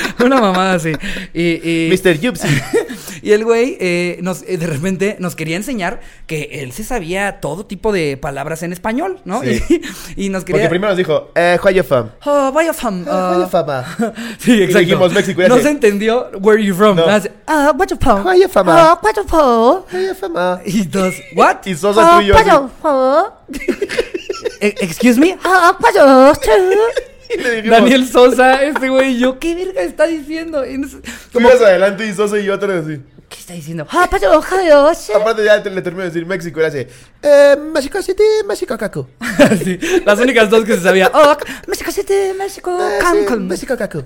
Speaker 1: una mamada así. Y, y-
Speaker 2: Mr. Yupsi.
Speaker 1: y el güey eh, nos, eh, de repente nos quería enseñar que él se sabía todo tipo de palabras en español, ¿no?
Speaker 2: Sí.
Speaker 1: Y, y nos
Speaker 2: Porque
Speaker 1: quería...
Speaker 2: primero nos dijo, eh, where you from?
Speaker 1: Oh, where you from?
Speaker 2: "Ah, where
Speaker 1: Uh,
Speaker 2: you from, ah?"
Speaker 1: sí, exacto.
Speaker 2: dijimos, México, ya
Speaker 1: no
Speaker 2: sé.
Speaker 1: se entendió where you from.
Speaker 2: No.
Speaker 1: Nada más, Ah, where you from?
Speaker 2: Where you from, ah?
Speaker 3: Oh, cuatro po.
Speaker 2: "Where you from, ah?"
Speaker 1: Y dos, what?
Speaker 2: Y Sosa tú y yo. así.
Speaker 3: cuatro po.
Speaker 1: E- excuse me.
Speaker 3: Oh, cuatro two.
Speaker 2: Y le dijimos,
Speaker 1: Daniel Sosa, este güey, y yo, ¿qué verga está diciendo? Y nos-
Speaker 2: Tú
Speaker 1: como,
Speaker 2: ibas adelante y Sosa y yo atrás así.
Speaker 1: ¿Qué está diciendo?
Speaker 3: Oh, cuatro two.
Speaker 2: Aparte ya te- le termino de decir México y le hace, eh, México City, México Cacu.
Speaker 1: Sí, las únicas dos que se sabía. Oh, México City, México,
Speaker 2: Eh, sí,
Speaker 1: Cancún.
Speaker 2: México Cacu.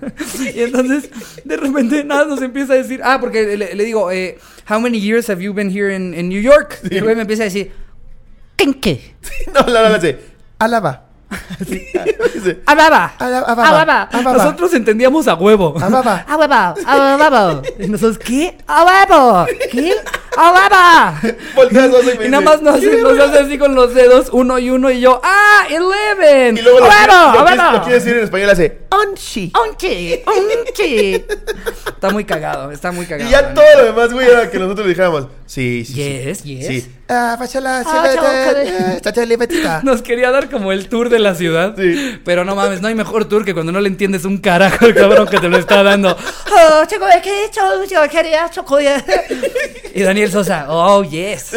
Speaker 1: Y entonces, de repente, nada, nos empieza a decir, ah, porque le, le digo, eh, how many years have you been here in, in New York? Y el güey me empieza a decir,
Speaker 3: Kinky.
Speaker 2: No, la la la hace, Alaba. Dice,
Speaker 1: ababa.
Speaker 2: "Ala-
Speaker 3: Ababa.
Speaker 2: Ababa. Ababa.
Speaker 1: "Ah, Nosotros entendíamos a huevo.
Speaker 2: Ababa.
Speaker 3: A huevo. A huevo.
Speaker 1: Y nosotros, ¿qué?
Speaker 3: A huevo. ¿Qué? A huevo.
Speaker 2: Voltea a Sosa y me
Speaker 1: Y nada más
Speaker 2: dice,
Speaker 1: nos, hace- nos hace así con los dedos, uno y uno, y yo, ¡ah, eleven!
Speaker 2: Y luego lo,
Speaker 1: ¡A
Speaker 2: quiere-
Speaker 1: huevo,
Speaker 2: lo
Speaker 1: a
Speaker 2: quiere-
Speaker 1: huevo!
Speaker 2: lo quiere decir en español, hace Onchi.
Speaker 3: Onchi. Onchi.
Speaker 1: Está muy cagado, está muy cagado.
Speaker 2: Y
Speaker 1: la
Speaker 2: ya
Speaker 1: neta.
Speaker 2: todo lo demás, güey, era que nosotros le dijéramos. Sí, sí.
Speaker 1: Yes,
Speaker 2: sí,
Speaker 1: yes.
Speaker 2: Sí. Ah, fashala,
Speaker 3: Ah, chaucale.
Speaker 1: Eh, Nos quería dar como el tour de la ciudad.
Speaker 2: Sí.
Speaker 1: Pero no mames, no hay mejor tour que cuando no le entiendes un carajo el cabrón que te lo está dando.
Speaker 3: Oh, chico, es que yo, yo quería chocolate.
Speaker 1: Y Daniel Sosa, oh, yes.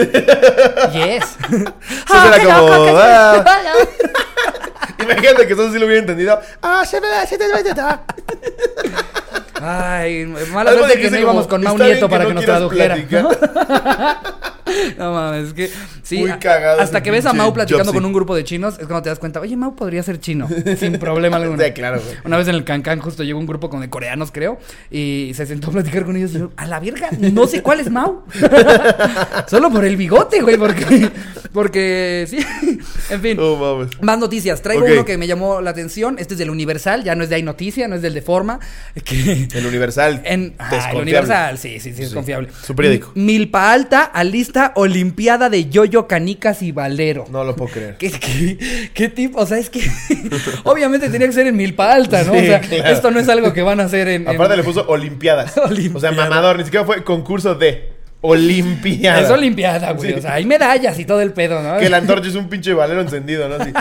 Speaker 1: Yes.
Speaker 2: Eso era como, ah.
Speaker 3: ah.
Speaker 2: Imagínate que eso sí lo hubiera entendido. Ah, se me
Speaker 1: Ay, mala suerte que no íbamos con Mau Nieto para que, nos tradujera. No mames, es que sí.
Speaker 2: Muy
Speaker 1: a-
Speaker 2: cagado
Speaker 1: hasta
Speaker 2: ese
Speaker 1: que ves a
Speaker 2: pinche
Speaker 1: Mau platicando
Speaker 2: Jobsy.
Speaker 1: con un grupo de chinos, es cuando te das cuenta, oye, Mau podría ser chino, sin problema alguno.
Speaker 2: Sí, claro, güey.
Speaker 1: Una vez en el Cancán justo llegó un grupo con de coreanos, creo, y se sentó a platicar con ellos y yo, a la verga, no sé cuál es Mau. Solo por el bigote, güey, porque, porque sí. En fin.
Speaker 2: No mames.
Speaker 1: Más noticias. Traigo
Speaker 2: Ok.
Speaker 1: uno que me llamó la atención. Este es del Universal, ya no es de Hay Noticia, no es del de Forma. Que
Speaker 2: El Universal.
Speaker 1: en ah, el
Speaker 2: desconfiable.
Speaker 1: Universal, sí, sí, sí, es
Speaker 2: Sí,
Speaker 1: confiable.
Speaker 2: su periódico.
Speaker 1: M- Milpa Alta alista Olimpiada de Yoyo, Canicas y Valero.
Speaker 2: No lo puedo creer.
Speaker 1: ¿Qué, qué, qué tipo? O sea, es que obviamente tenía que ser en Milpa Alta, ¿no? o
Speaker 2: Sí,
Speaker 1: sea,
Speaker 2: claro.
Speaker 1: esto no es algo que van a hacer en. en-
Speaker 2: Aparte le puso Olimpiadas. O sea,
Speaker 1: Olimpiadas.
Speaker 2: mamador. Ni siquiera fue concurso de Olimpiadas.
Speaker 1: Es Olimpiada, güey. O sea, hay medallas y todo el pedo, ¿no?
Speaker 2: Que la antorcha es un pinche valero encendido, ¿no? Así.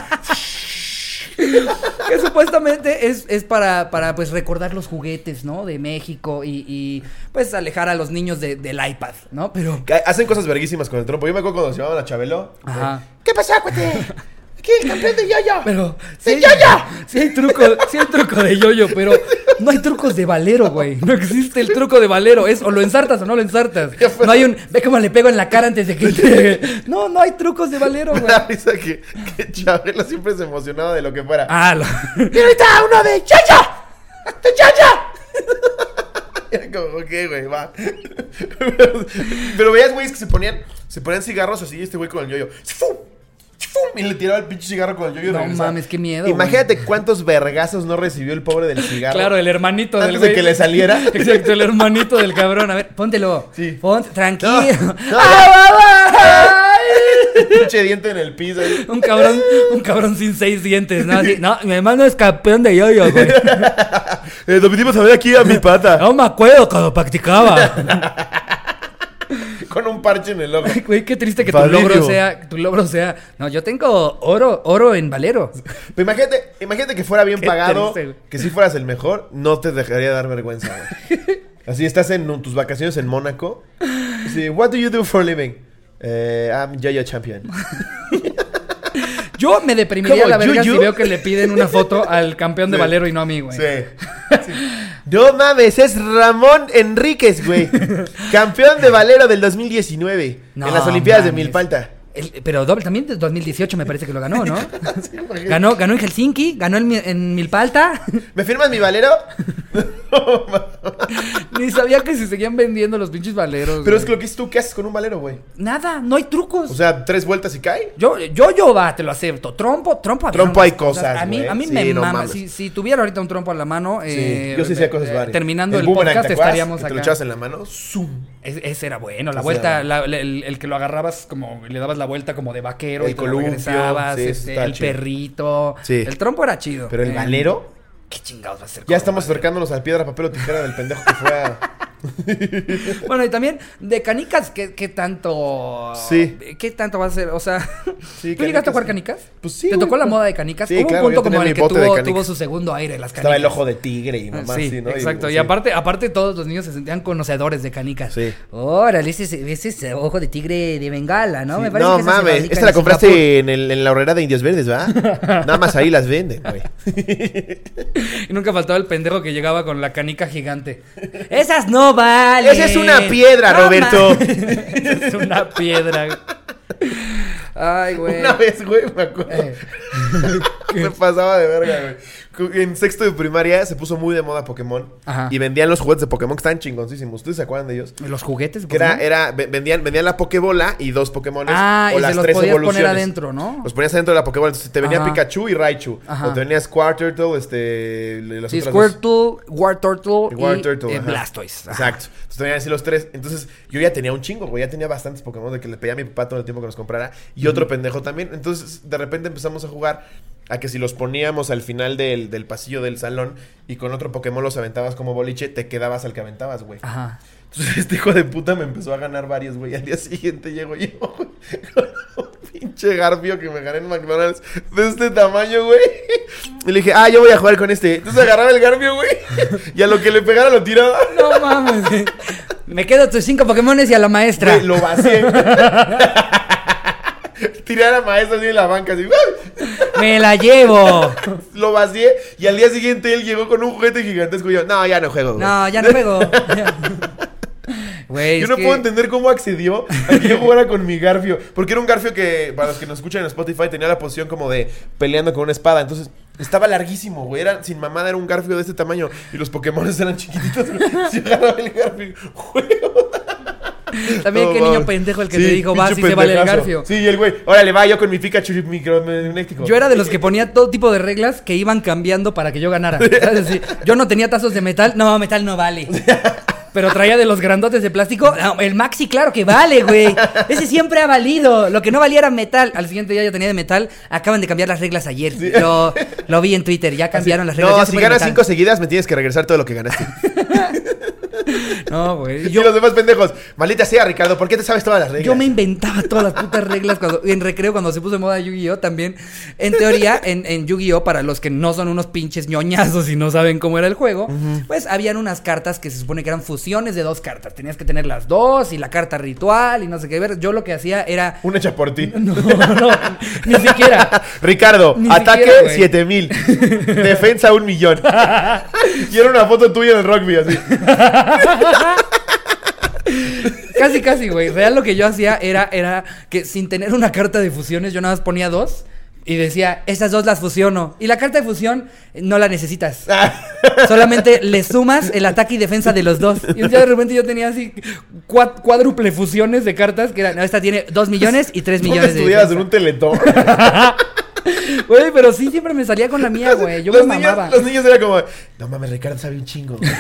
Speaker 1: Que supuestamente es, es para, para pues recordar los juguetes, ¿no? De México y, y, pues alejar a los niños de- del iPad, ¿no? Pero.
Speaker 2: Que Hacen cosas verguísimas con el trompo. Yo me acuerdo cuando se llamaban a Chabelo.
Speaker 1: Ajá.
Speaker 2: ¿Qué pasa, cuate? aquí el campeón de yo-yo.
Speaker 1: Pero.
Speaker 2: ¡De
Speaker 1: hay-
Speaker 2: yo-yo!
Speaker 1: Sí hay truco, sí hay truco de yoyo, pero no hay trucos de valero, güey. No existe el truco de valero. Es o lo ensartas o no lo ensartas. No hay un. Ve cómo le pego en la cara antes de que te. No, no hay trucos de valero,
Speaker 2: Me
Speaker 1: güey.
Speaker 2: da risa que, que Chabelo siempre se emocionaba de lo que fuera.
Speaker 1: Ah, lo-
Speaker 2: ¡Y ahorita uno de yo-yo! ¡De yo-yo! Era como, ok, güey, va. Pero, pero veías, güey, es que se ponían, se ponían cigarros así y este güey con el yo-yo. ¡Fum! ¡Fum! Y le tiraba el pinche cigarro con el yo-yo. y
Speaker 1: No
Speaker 2: regresaba.
Speaker 1: mames, qué miedo,
Speaker 2: Imagínate cuántos vergazos no recibió el pobre del cigarro.
Speaker 1: Claro, el hermanito del
Speaker 2: Antes de
Speaker 1: güey.
Speaker 2: que le saliera.
Speaker 1: Exacto, el hermanito del cabrón. A ver, póntelo.
Speaker 2: Sí.
Speaker 1: Ponte, tranquilo.
Speaker 2: No, no,
Speaker 1: ¡Ah, va, va! Eh,
Speaker 2: pinche diente en el piso. ahí.
Speaker 1: Un cabrón, un cabrón sin seis dientes, ¿no? Así, no, mi hermano es campeón de yoyo, güey.
Speaker 2: Eh, lo vinimos a ver aquí a mi pata.
Speaker 1: No me acuerdo cuando practicaba.
Speaker 2: Con un parche en el ojo.
Speaker 1: Ay, Güey, qué triste que
Speaker 2: Valerio.
Speaker 1: tu logro sea, tu logro sea. No, yo tengo oro, oro en valero.
Speaker 2: Pero imagínate, imagínate que fuera bien
Speaker 1: Qué
Speaker 2: pagado,
Speaker 1: triste, güey.
Speaker 2: que si fueras el mejor, no te dejaría dar vergüenza, güey. Así estás en un- tus vacaciones en Mónaco. Sí, what do you do for a living? Eh, I'm yo-yo champion.
Speaker 1: Yo me deprimiría a
Speaker 2: ¿Cómo,
Speaker 1: la verga
Speaker 2: Yuyu?
Speaker 1: si veo que le piden una foto al campeón de
Speaker 2: Sí.
Speaker 1: valero y no a mí, güey.
Speaker 2: Sí. Sí. No mames, es Ramón Enríquez, güey. Campeón de valero del 2019
Speaker 1: No
Speaker 2: en las Olimpiadas de
Speaker 1: mames.
Speaker 2: Milpalta.
Speaker 1: El- pero doble también de 2018 me parece que lo ganó, ¿no? ganó, ganó en Helsinki, ganó en, Mi- en Milpalta.
Speaker 2: ¿Me firmas mi valero?
Speaker 1: Pues, Ni sabía que se seguían vendiendo los pinches valeros.
Speaker 2: Pero es que
Speaker 1: güey.
Speaker 2: lo que es tú, ¿qué haces con un valero, güey?
Speaker 1: Nada, no hay trucos.
Speaker 2: O sea, tres vueltas y cae.
Speaker 1: Yo, yo, yo, va, te lo acepto. Trompo, trompo. había
Speaker 2: Trompo hay
Speaker 1: unas
Speaker 2: cosas,
Speaker 1: A mí,
Speaker 2: güey.
Speaker 1: a mí
Speaker 2: Sí,
Speaker 1: me
Speaker 2: no
Speaker 1: mama.
Speaker 2: mames.
Speaker 1: Si, si tuviera ahorita un trompo a la mano, eh,
Speaker 2: sí, yo sí
Speaker 1: eh,
Speaker 2: hacía cosas
Speaker 1: eh,
Speaker 2: varias.
Speaker 1: terminando el,
Speaker 2: boomerang,
Speaker 1: podcast
Speaker 2: ¿te acuerdas?
Speaker 1: estaríamos
Speaker 2: Que Te lo
Speaker 1: acá.
Speaker 2: echabas en la mano, zoom.
Speaker 1: Es- ese era bueno, la
Speaker 2: Ese
Speaker 1: vuelta,
Speaker 2: era
Speaker 1: la- la- el, el que lo agarrabas como, le dabas la vuelta como de vaquero
Speaker 2: El
Speaker 1: y te lo
Speaker 2: columpio,
Speaker 1: regresabas,
Speaker 2: sí, eso
Speaker 1: este,
Speaker 2: estaba
Speaker 1: el
Speaker 2: chido.
Speaker 1: perrito.
Speaker 2: Sí.
Speaker 1: El trompo era chido.
Speaker 2: Pero el
Speaker 1: Eh,
Speaker 2: valero,
Speaker 1: ¿Qué chingados va a ser? con
Speaker 2: ya
Speaker 1: un
Speaker 2: estamos
Speaker 1: valero?
Speaker 2: acercándonos al piedra, papel o tijera del pendejo que fue a...
Speaker 1: Bueno, y también de canicas, ¿qué, qué tanto?
Speaker 2: Sí.
Speaker 1: ¿Qué tanto va a ser? O sea, ¿tú
Speaker 2: canicas,
Speaker 1: llegaste a jugar
Speaker 2: sí.
Speaker 1: canicas?
Speaker 2: Pues sí,
Speaker 1: ¿Te
Speaker 2: güey,
Speaker 1: tocó la
Speaker 2: pues-
Speaker 1: moda de canicas?
Speaker 2: Sí,
Speaker 1: Hubo
Speaker 2: claro,
Speaker 1: un punto
Speaker 2: yo tenía
Speaker 1: como en
Speaker 2: mi
Speaker 1: el que
Speaker 2: bote de
Speaker 1: tuvo,
Speaker 2: canicas.
Speaker 1: tuvo su segundo aire las canicas.
Speaker 2: pues, Estaba el ojo de tigre y
Speaker 1: Ah,
Speaker 2: mamá,
Speaker 1: sí,
Speaker 2: sí, ¿no?
Speaker 1: exacto. Y,
Speaker 2: sí.
Speaker 1: aparte, aparte todos los niños se sentían conocedores de canicas.
Speaker 2: Sí.
Speaker 1: Órale, ese, ese es ojo de tigre de Bengala, ¿no?
Speaker 2: Sí,
Speaker 1: Me parece
Speaker 2: No
Speaker 1: que esa se
Speaker 2: mames,
Speaker 1: fabrica
Speaker 2: esta
Speaker 1: en
Speaker 2: la compraste
Speaker 1: Singapur.
Speaker 2: en, el- en la horrera de Indios Verdes, ¿va? Nada más ahí las venden, güey.
Speaker 1: Y nunca faltaba el pendejo que llegaba con la canica gigante. Esas no valen.
Speaker 2: Esa es una piedra,
Speaker 1: No
Speaker 2: Roberto.
Speaker 1: ma- Esa es una piedra. Ay, güey.
Speaker 2: Una vez, güey, me acuerdo.
Speaker 1: Eh,
Speaker 2: Me pasaba de verga, güey. En sexto de primaria se puso muy de moda Pokémon.
Speaker 1: Ajá.
Speaker 2: Y vendían los juguetes de Pokémon que estaban chingoncísimos. ¿Ustedes se acuerdan de ellos?
Speaker 1: los juguetes. pues,
Speaker 2: Que era, era, ve- vendían, vendían la Pokébola y dos Pokémon.
Speaker 1: Ah,
Speaker 2: o
Speaker 1: y
Speaker 2: las
Speaker 1: se los
Speaker 2: tres
Speaker 1: podías
Speaker 2: evoluciones.
Speaker 1: poner adentro, ¿no?
Speaker 2: Los ponías adentro de la Pokébola. Entonces te venía
Speaker 1: Ajá.
Speaker 2: Pikachu y Raichu.
Speaker 1: Ajá.
Speaker 2: O te venía Squirtle, este. Las
Speaker 1: Sí,
Speaker 2: otras dos.
Speaker 1: Squirtle, War Turtle y,
Speaker 2: Y War Turtle,
Speaker 1: eh,
Speaker 2: ajá.
Speaker 1: Blastoise. Ajá.
Speaker 2: Exacto. Entonces tenían así los tres. Entonces yo ya tenía un chingo, güey. Ya tenía bastantes Pokémon de que le pedía a mi papá todo el tiempo que nos comprara. Y otro pendejo también. Entonces de repente empezamos a jugar a que si los poníamos al final del, del pasillo del salón y con otro Pokémon los aventabas como boliche, te quedabas al que aventabas, güey.
Speaker 1: Ajá.
Speaker 2: Entonces este hijo de puta me empezó a ganar varios, güey. Al día siguiente llego yo, güey, con un pinche garbio que me gané en McDonald's de este tamaño, güey. Y le dije, ah, yo voy a jugar con este. Entonces agarraba el garbio, güey. Y a lo que le pegara lo tiraba.
Speaker 1: No mames. güey. Me quedo tus cinco Pokémones y a la maestra.
Speaker 2: Güey, lo vacié. Tiré a la maestra así en la banca, así. ¡ah!
Speaker 1: Me la llevo.
Speaker 2: Lo vacié. Y al día siguiente él llegó con un juguete gigantesco. Y yo, no, ya no juego, güey.
Speaker 1: No, ya no juego. Güey,
Speaker 2: Yo
Speaker 1: es
Speaker 2: no
Speaker 1: que-
Speaker 2: puedo entender cómo accedió a que yo jugara con mi Garfio. Porque era un Garfio que, para los que nos escuchan en Spotify, tenía la posición como de peleando con una espada. Entonces, estaba larguísimo, güey. Era, sin mamada, era un Garfio de este tamaño. Y los Pokémon eran chiquititos. Se agarraba el Garfio. Güey,
Speaker 1: También
Speaker 2: no
Speaker 1: qué
Speaker 2: mames.
Speaker 1: niño pendejo el que te
Speaker 2: Sí,
Speaker 1: dijo, vas
Speaker 2: pinche
Speaker 1: y se vale el
Speaker 2: pendejazo.
Speaker 1: garfio.
Speaker 2: Sí, y el güey, órale, va yo con mi Pikachu micromagnético.
Speaker 1: Yo era de los que ponía todo tipo de reglas que iban cambiando para que yo ganara. ¿sabes? Así, yo no tenía tazos de metal. No, metal no vale. Pero traía de los grandotes de plástico. No, el maxi, claro que vale, güey. Ese siempre ha valido. Lo que no valía era metal. Al siguiente día ya tenía de metal. Acaban de cambiar las reglas ayer. Yo lo vi en Twitter. Ya cambiaron las reglas.
Speaker 2: No,
Speaker 1: ya se
Speaker 2: si
Speaker 1: puede
Speaker 2: ganas
Speaker 1: metal.
Speaker 2: cinco seguidas, me tienes que regresar todo lo que ganaste.
Speaker 1: No, güey.
Speaker 2: y
Speaker 1: Yo,
Speaker 2: los demás pendejos. Maldita sea, Ricardo, ¿por qué te sabes todas las reglas?
Speaker 1: yo me inventaba todas las putas reglas cuando, en recreo cuando se puso de moda Yu-Gi-Oh! también. En teoría, en, en Yu-Gi-Oh! para los que no son unos pinches ñoñazos y no saben cómo era el juego, pues habían unas cartas que se supone que eran fusiones de dos cartas. Tenías que tener las dos y la carta ritual y no sé qué ver. Yo lo que hacía era...
Speaker 2: Una hecha por ti.
Speaker 1: No, no, ni siquiera.
Speaker 2: Ricardo,
Speaker 1: Ni
Speaker 2: ataque
Speaker 1: siquiera, güey.
Speaker 2: 7000. defensa 1 millón. Quiero una foto tuya en el rugby así.
Speaker 1: Casi, casi, güey. Real lo que yo hacía era, era que sin tener una carta de fusiones, yo nada más ponía dos y decía, estas dos las fusiono. Y la carta de fusión eh, no la necesitas. Solamente le sumas el ataque y defensa de los dos. Y un día de repente yo tenía así cua- cuádruple fusiones de cartas que eran, no, esta tiene dos millones y tres
Speaker 2: Tú
Speaker 1: millones de
Speaker 2: estudiabas en
Speaker 1: defensa.
Speaker 2: un teletón.
Speaker 1: Güey, pero sí siempre me salía con la mía, güey. Yo me
Speaker 2: niños,
Speaker 1: mamaba.
Speaker 2: los niños eran como, no mames, Ricardo sabe un chingo. güey.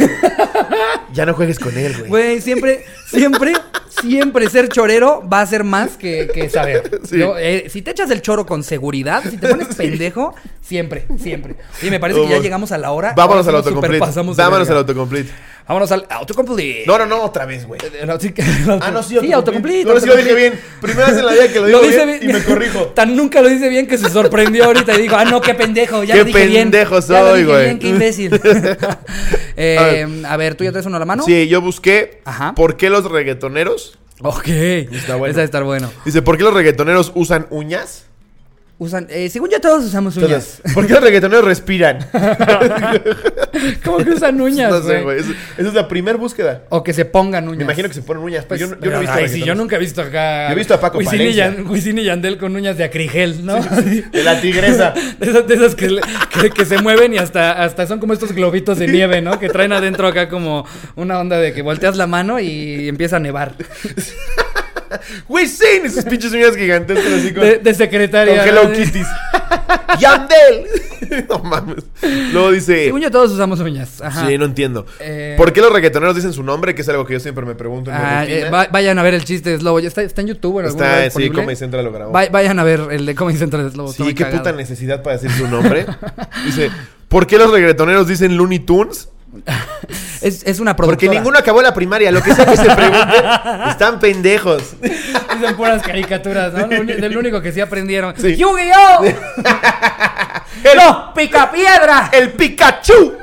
Speaker 2: ya no juegues con él, güey.
Speaker 1: Güey, siempre, siempre, siempre ser chorero va a ser más que, que saber.
Speaker 2: Sí.
Speaker 1: Yo, eh, si te echas el choro con seguridad, si te pones pendejo, siempre, siempre. Y me parece que ya
Speaker 2: Vamos.
Speaker 1: llegamos a la hora.
Speaker 2: Vámonos al
Speaker 1: Ahora sí nos
Speaker 2: autocomplete.
Speaker 1: superpasamos de
Speaker 2: Vámonos al
Speaker 1: verga.
Speaker 2: autocomplete.
Speaker 1: Vámonos al autocomplete. Eh,
Speaker 2: No, no, no, otra vez, güey.
Speaker 1: El auto- el auto-
Speaker 2: Ah, no, sí,
Speaker 1: Sí, autocomplete.
Speaker 2: No, no, sí lo dije
Speaker 1: autocomplete.
Speaker 2: bien. Primera vez en la vida que lo digo
Speaker 1: Lo dice
Speaker 2: bien,
Speaker 1: bien.
Speaker 2: y me corrijo.
Speaker 1: Tan nunca lo dice bien que se sorprendió ahorita y dijo, ah, no, qué pendejo, ya
Speaker 2: Qué
Speaker 1: lo dije bien.
Speaker 2: pendejo
Speaker 1: Ya lo
Speaker 2: soy,
Speaker 1: dije
Speaker 2: güey.
Speaker 1: bien, Qué imbécil. Eh, a ver, ¿tú ya traes uno a la mano?
Speaker 2: Sí, yo busqué
Speaker 1: Ajá.
Speaker 2: por qué los reggaetoneros.
Speaker 1: Ok. Está
Speaker 2: bueno.
Speaker 1: Esa estar bueno.
Speaker 2: Dice, ¿por qué los reggaetoneros usan uñas?
Speaker 1: Usan, eh, según yo todos usamos uñas.
Speaker 2: Entonces, ¿por qué los reggaetoneros respiran?
Speaker 1: ¿Cómo que usan uñas,
Speaker 2: no sé,
Speaker 1: güey?
Speaker 2: güey. Es- Esa es la primera búsqueda.
Speaker 1: o que se pongan uñas.
Speaker 2: Me imagino que se ponen uñas, pero, yo, no- yo
Speaker 1: Pues, Pero,
Speaker 2: no he visto
Speaker 1: ay, sí, yo
Speaker 2: reggaetoneros.
Speaker 1: nunca he visto acá.
Speaker 2: Yo he visto a Paco
Speaker 1: Wisin y,
Speaker 2: Palencia.
Speaker 1: Yan- Wisin y Yandel con uñas de acrigel, ¿no?
Speaker 2: De la tigresa.
Speaker 1: De esas, de esas que, le- que- que se mueven y hasta, hasta son como estos globitos de nieve, ¿no? Que traen adentro acá como una onda de que volteas la mano y empieza a nevar.
Speaker 2: Güey, sí, esas pinches uñas gigantescas así con,
Speaker 1: De, de
Speaker 2: con
Speaker 1: secretaria.
Speaker 2: Hello
Speaker 1: ¿no?
Speaker 2: Kitties. ¡Yandel! no mames. Luego dice...
Speaker 1: Según yo todos usamos uñas. Ajá.
Speaker 2: Sí, no entiendo.
Speaker 1: Eh,
Speaker 2: ¿Por qué los reggaetoneros dicen su nombre? Que es algo que yo siempre me pregunto en mi
Speaker 1: Ah, eh,
Speaker 2: rutina.
Speaker 1: va- vayan a ver el chiste de Slobo. Ya Está, está en YouTube. En algún lugar
Speaker 2: Está, sí,
Speaker 1: disponible.
Speaker 2: Comedy Central lo grabó.
Speaker 1: Va- vayan a ver el de Comedy Central de Slobo. está
Speaker 2: Sí,
Speaker 1: bien
Speaker 2: qué
Speaker 1: cagado.
Speaker 2: puta necesidad para decir su nombre. Dice, ¿por qué los reggaetoneros dicen Looney Tunes?
Speaker 1: Es, es una productora.
Speaker 2: Porque ninguno acabó la primaria. Lo que sea que se pregunte, están pendejos.
Speaker 1: Dicen puras caricaturas, ¿no? Lo uni- Del único que sí aprendieron.
Speaker 2: Sí.
Speaker 1: ¡Yu-Gi-Oh!
Speaker 2: ¡El,
Speaker 1: ¡Los picapiedra!
Speaker 2: el Pikachu!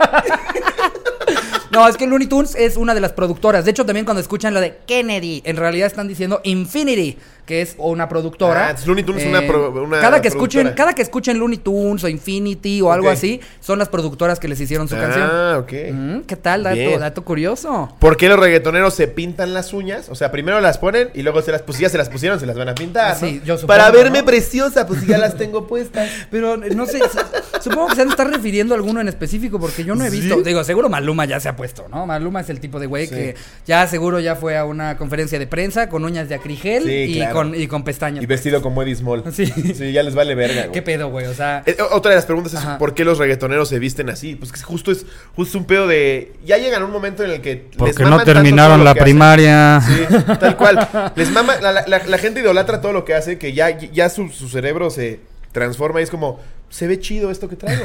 Speaker 1: No, es que Looney Tunes es una de las productoras. De hecho, también cuando escuchan lo de Kennedy, en realidad están diciendo Infinity, que es una
Speaker 2: Ah,
Speaker 1: productora. Eh,
Speaker 2: entonces Looney Tunes es una pro- una
Speaker 1: cada que escuchen,
Speaker 2: productora.
Speaker 1: cada que escuchen Looney Tunes o Infinity o algo
Speaker 2: Ok.
Speaker 1: así, son las productoras que les hicieron su canción.
Speaker 2: Ah, ok.
Speaker 1: Mm, ¿Qué tal? Dato,
Speaker 2: Bien.
Speaker 1: dato curioso.
Speaker 2: ¿Por qué los reggaetoneros se pintan las uñas? O sea, primero las ponen y luego se las pusieron, se las pusieron, se las van a pintar.
Speaker 1: Ah, sí,
Speaker 2: ¿no?
Speaker 1: yo supongo,
Speaker 2: Para verme
Speaker 1: ¿no?
Speaker 2: preciosa, pues si ya las tengo puestas.
Speaker 1: Pero no sé, su- supongo que se han estar refiriendo a alguno en específico porque yo no he
Speaker 2: ¿Sí?
Speaker 1: visto. Digo, seguro Maluma ya se ha puesto, ¿no? Maluma es el tipo de güey
Speaker 2: Sí.
Speaker 1: que ya seguro ya fue a una conferencia de prensa con uñas de acrigel
Speaker 2: Sí,
Speaker 1: y,
Speaker 2: claro.
Speaker 1: con, y con pestañas.
Speaker 2: Y vestido como Eddie Small.
Speaker 1: Sí.
Speaker 2: ya les vale verga.
Speaker 1: ¿Qué
Speaker 2: güey.
Speaker 1: pedo, güey? O sea,
Speaker 2: Eh, Otra de las preguntas es
Speaker 1: Ajá.
Speaker 2: ¿por qué los reggaetoneros se visten así? Pues que justo es justo un pedo de ya llegan a un momento en el que les
Speaker 4: Porque
Speaker 2: maman
Speaker 4: no
Speaker 2: tanto
Speaker 4: terminaron
Speaker 2: todo lo
Speaker 4: la
Speaker 2: que hacen.
Speaker 4: primaria.
Speaker 2: Sí, tal cual. Les mama, la, la- la- la gente idolatra todo lo que hace, que ya, ya su, su cerebro se transforma y es como, se ve chido esto que traigo.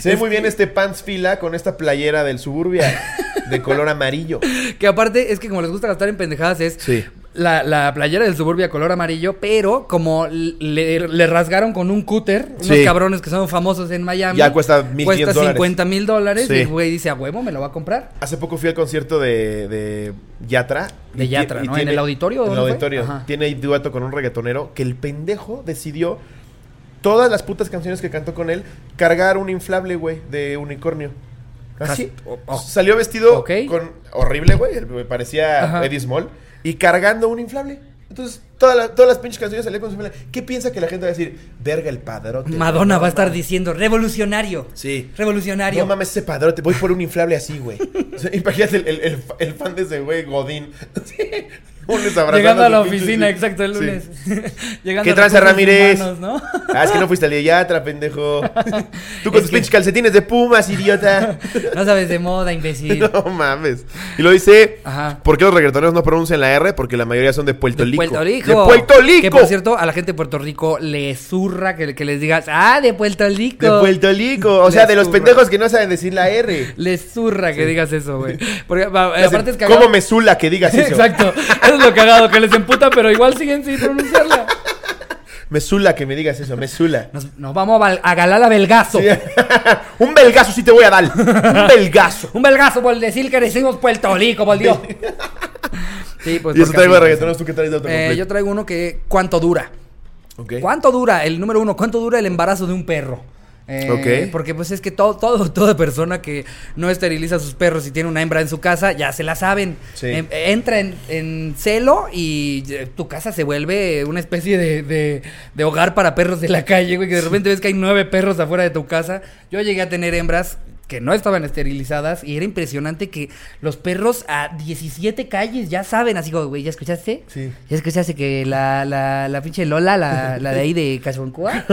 Speaker 2: Se ve muy bien este pants fila con esta playera del suburbia de color amarillo.
Speaker 1: que aparte es que como les gusta gastar en pendejadas es
Speaker 2: Sí.
Speaker 1: la, la playera del suburbia color amarillo, pero como le, le rasgaron con un cúter, unos
Speaker 2: Sí.
Speaker 1: cabrones que son famosos en Miami.
Speaker 2: Ya cuesta 1,500
Speaker 1: cuesta
Speaker 2: dólares.
Speaker 1: 50 mil dólares
Speaker 2: Sí.
Speaker 1: y el güey dice, a huevo, me lo va a comprar.
Speaker 2: Hace poco fui al concierto de, de Yatra.
Speaker 1: De
Speaker 2: Y ti-
Speaker 1: Yatra,
Speaker 2: y
Speaker 1: ¿no? ¿En el auditorio o
Speaker 2: En el
Speaker 1: dónde fue?
Speaker 2: auditorio.
Speaker 1: Ajá.
Speaker 2: Tiene ahí dueto con un reggaetonero que el pendejo decidió todas las putas canciones que cantó con él cargar un inflable, güey, de unicornio. Así.
Speaker 1: Casi- o- o-
Speaker 2: Salió vestido
Speaker 1: Ok.
Speaker 2: con horrible, güey. el- Parecía
Speaker 1: Ajá.
Speaker 2: Eddie Small. Y cargando un inflable. Entonces, toda la- todas las pinches canciones salían con su inflable. ¿Qué piensa que la gente va a decir? Verga el padrote.
Speaker 1: Madonna va a estar diciendo, revolucionario.
Speaker 2: Sí.
Speaker 1: Revolucionario.
Speaker 2: No mames ese padrote, voy por un inflable así, güey. O sea, imagínate el, el- el fa- el fan de ese güey, Godín. Sí. lunes abrazando
Speaker 1: Llegando a la
Speaker 2: tu pinche-
Speaker 1: oficina, exacto, el
Speaker 2: Sí.
Speaker 1: lunes. Llegando
Speaker 2: ¿Qué
Speaker 1: a
Speaker 2: tranza,
Speaker 1: recursos
Speaker 2: Ramírez?
Speaker 1: humanos, ¿no?
Speaker 2: Ah, es que no fuiste al pediatra, pendejo. Tú con
Speaker 1: Es que-
Speaker 2: tus pinches calcetines de pumas, idiota.
Speaker 1: No sabes de moda, imbécil.
Speaker 2: No mames. Y lo dice.
Speaker 1: Ajá.
Speaker 2: ¿Por qué los reggaetoneros no pronuncian la R? Porque la mayoría son de Puerto
Speaker 1: De
Speaker 2: Rico.
Speaker 1: Puerto Rico.
Speaker 2: De Puerto Rico.
Speaker 1: Que por cierto, a la gente de Puerto Rico le zurra que, que les digas, ah, de Puerto Rico.
Speaker 2: De Puerto Rico. O sea,
Speaker 1: Les
Speaker 2: de los
Speaker 1: zurra.
Speaker 2: pendejos que no saben decir la R.
Speaker 1: Les zurra que digas eso, güey. Porque va,
Speaker 2: Hacen,
Speaker 1: aparte es cagado.
Speaker 2: ¿Cómo me zula que digas eso?
Speaker 1: Exacto. Eso es lo cagado, que les emputa, pero igual siguen sin pronunciarla.
Speaker 2: Me zula que me digas eso, me zula.
Speaker 1: Nos, nos vamos a, bal- a Galala Belgazo.
Speaker 2: Sí. Un belgazo sí te voy a dar. Un belgazo.
Speaker 1: Un belgazo por decir que decimos Puerto Rico, por Dios. Sí, pues.
Speaker 2: y eso
Speaker 1: porque
Speaker 2: traigo de
Speaker 1: así-
Speaker 2: reggaetoneros. ¿Tú qué traes de autocomplete?
Speaker 1: Eh, yo traigo uno que cuánto dura.
Speaker 2: Ok.
Speaker 1: ¿Cuánto dura? El número uno, ¿cuánto dura el embarazo de un perro? Eh,
Speaker 2: Ok.
Speaker 1: Porque pues es que todo, todo, toda persona que no esteriliza a sus perros y tiene una hembra en su casa, ya se la saben.
Speaker 2: Sí.
Speaker 1: Em- entra en, en celo y eh, tu casa se vuelve una especie de, de- de hogar para perros de la calle, güey, que de repente ves que hay nueve perros afuera de tu casa. Yo llegué a tener hembras que no estaban esterilizadas y era impresionante que los perros a 17 calles ya saben, así como, güey, ¿ya escuchaste?
Speaker 2: Sí.
Speaker 1: ¿Ya escuchaste que la, la, la pinche Lola, la, la de ahí de Cachoncúa?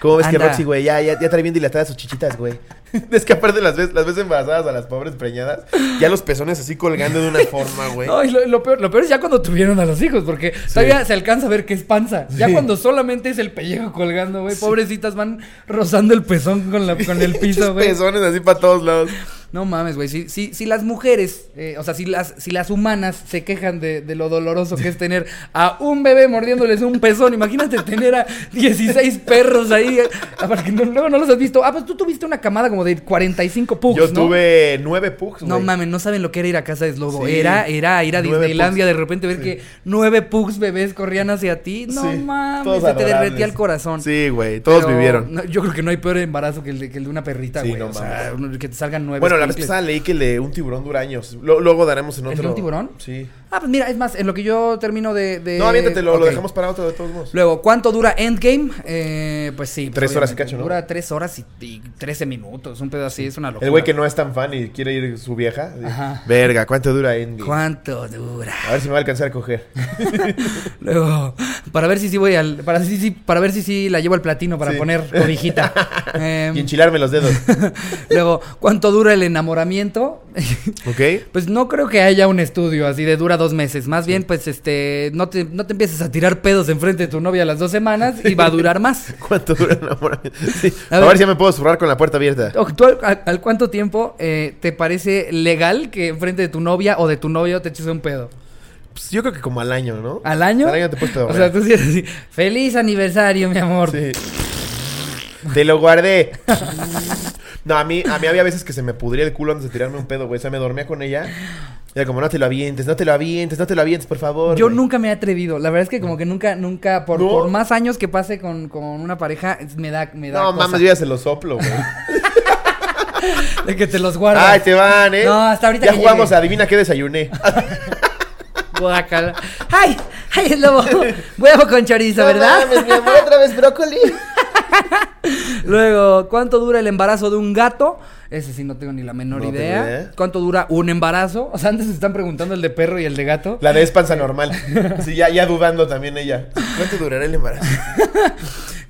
Speaker 2: ¿Cómo ves que
Speaker 1: Anda.
Speaker 2: Roxy, güey? Ya, ya, ya trae bien dilatadas sus chichitas, güey. es que aparte las ves, las ves embarazadas a las pobres preñadas. Ya los pezones así colgando de una forma, güey.
Speaker 1: No, y lo, lo peor, lo peor es ya cuando tuvieron a los hijos, porque todavía se alcanza a ver que es panza. Ya
Speaker 2: Sí.
Speaker 1: cuando solamente es el pellejo colgando, güey. Pobrecitas van rozando el pezón con, la, con el piso,
Speaker 2: Pinches
Speaker 1: güey.
Speaker 2: pezones así para todos lados.
Speaker 1: No mames, güey. Si, si, si las mujeres, eh, o sea, si las, si las humanas se quejan de, de lo doloroso que es tener a un bebé mordiéndoles un pezón, imagínate tener a 16 perros ahí. eh, Aparte que no- luego no los has visto. Ah, pues tú tuviste una camada como de 45 pugs,
Speaker 2: Yo
Speaker 1: ¿no?
Speaker 2: tuve nueve pugs, güey.
Speaker 1: No mames, no saben lo que era ir a casa de Slobo.
Speaker 2: Sí.
Speaker 1: Era, era ir a
Speaker 2: Nueve
Speaker 1: Disneylandia, de repente ver
Speaker 2: Sí.
Speaker 1: que nueve pugs bebés corrían hacia ti. No
Speaker 2: Sí,
Speaker 1: mames,
Speaker 2: todos
Speaker 1: se te
Speaker 2: adorables.
Speaker 1: derretía el corazón.
Speaker 2: Sí, güey, todos
Speaker 1: Pero
Speaker 2: vivieron.
Speaker 1: no, yo creo que no hay peor embarazo que el de, que el de una perrita,
Speaker 2: Sí,
Speaker 1: güey.
Speaker 2: no
Speaker 1: o sea, que te salgan nueve.
Speaker 2: Bueno, la vez
Speaker 1: escuincles.
Speaker 2: pasada leí que el de un tiburón dura años. Lo- luego daremos en
Speaker 1: ¿El
Speaker 2: otro.
Speaker 1: de un tiburón?
Speaker 2: Sí.
Speaker 1: Ah, pues mira, es más, en lo que yo termino de. de-
Speaker 2: No, aviéntatelo, lo
Speaker 1: Eh, Ok.
Speaker 2: dejamos para otro de todos modos.
Speaker 1: Luego, ¿cuánto dura Endgame? Eh, pues sí. pues,
Speaker 2: Tres horas y
Speaker 1: obviamente,
Speaker 2: cacho, ¿no?
Speaker 1: Dura tres horas y, y 13 minutos. Un pedo así, es una locura.
Speaker 2: El güey que no es tan fan y quiere ir su vieja.
Speaker 1: Ajá.
Speaker 2: Verga, ¿cuánto dura Endgame?
Speaker 1: ¿Cuánto dura?
Speaker 2: A ver si me va a alcanzar a coger.
Speaker 1: Luego, para ver si sí voy al. Para, si, sí- para ver si sí la llevo al platino para
Speaker 2: Sí.
Speaker 1: poner cobijita. Em,
Speaker 2: y enchilarme los dedos.
Speaker 1: luego, ¿cuánto dura el enamoramiento?
Speaker 2: ¿Ok?
Speaker 1: Pues no creo que haya un estudio así de dura dos meses. Más bien, pues, este, no te, no te empieces a tirar pedos enfrente de tu novia a las dos semanas y va a durar más.
Speaker 2: ¿Cuánto dura el enamoramiento? Sí.
Speaker 1: A
Speaker 2: A, ver.
Speaker 1: ver.
Speaker 2: si ya me puedo zurrar con la puerta abierta.
Speaker 1: O- ¿Tú al, al- al cuánto tiempo eh, te parece legal que enfrente de tu novia o de tu novio te eches un pedo?
Speaker 2: Pues yo creo que como al año, ¿no?
Speaker 1: ¿Al año?
Speaker 2: Al año te puedes
Speaker 1: O sea, tú sí eres así. Feliz aniversario, mi amor.
Speaker 2: Sí. Te lo guardé. No, a mí, a mí había veces que se me pudría el culo antes de tirarme un pedo, güey. O sea, me dormía con ella. Y Era como, no te lo avientes, no te lo avientes, no te lo avientes, por favor.
Speaker 1: Yo
Speaker 2: güey.
Speaker 1: nunca me he atrevido. La verdad es que como que nunca, nunca, por,
Speaker 2: ¿No?
Speaker 1: por más años que pase con, con una pareja, es- me da, me da
Speaker 2: No,
Speaker 1: cosa
Speaker 2: mames, yo ya se lo soplo, güey.
Speaker 1: de que te los guardas.
Speaker 2: Ay, te van, ¿eh?
Speaker 1: No, hasta ahorita
Speaker 2: Ya
Speaker 1: que
Speaker 2: jugamos
Speaker 1: llegue.
Speaker 2: a adivina qué desayuné.
Speaker 1: Guácala. ¡Ay! ¡Ay, es lobo! Huevo con chorizo,
Speaker 2: No
Speaker 1: ¿verdad?
Speaker 2: mames, mi amor, otra vez brócoli.
Speaker 1: Luego, ¿cuánto dura el embarazo de un gato? Ese sí no tengo ni la menor
Speaker 2: No tengo
Speaker 1: idea.
Speaker 2: idea.
Speaker 1: ¿Cuánto dura un embarazo? O sea, antes se están preguntando el de perro y el de gato.
Speaker 2: La de espanza normal. Sí, ya, ya dudando también ella. ¿Cuánto durará el embarazo?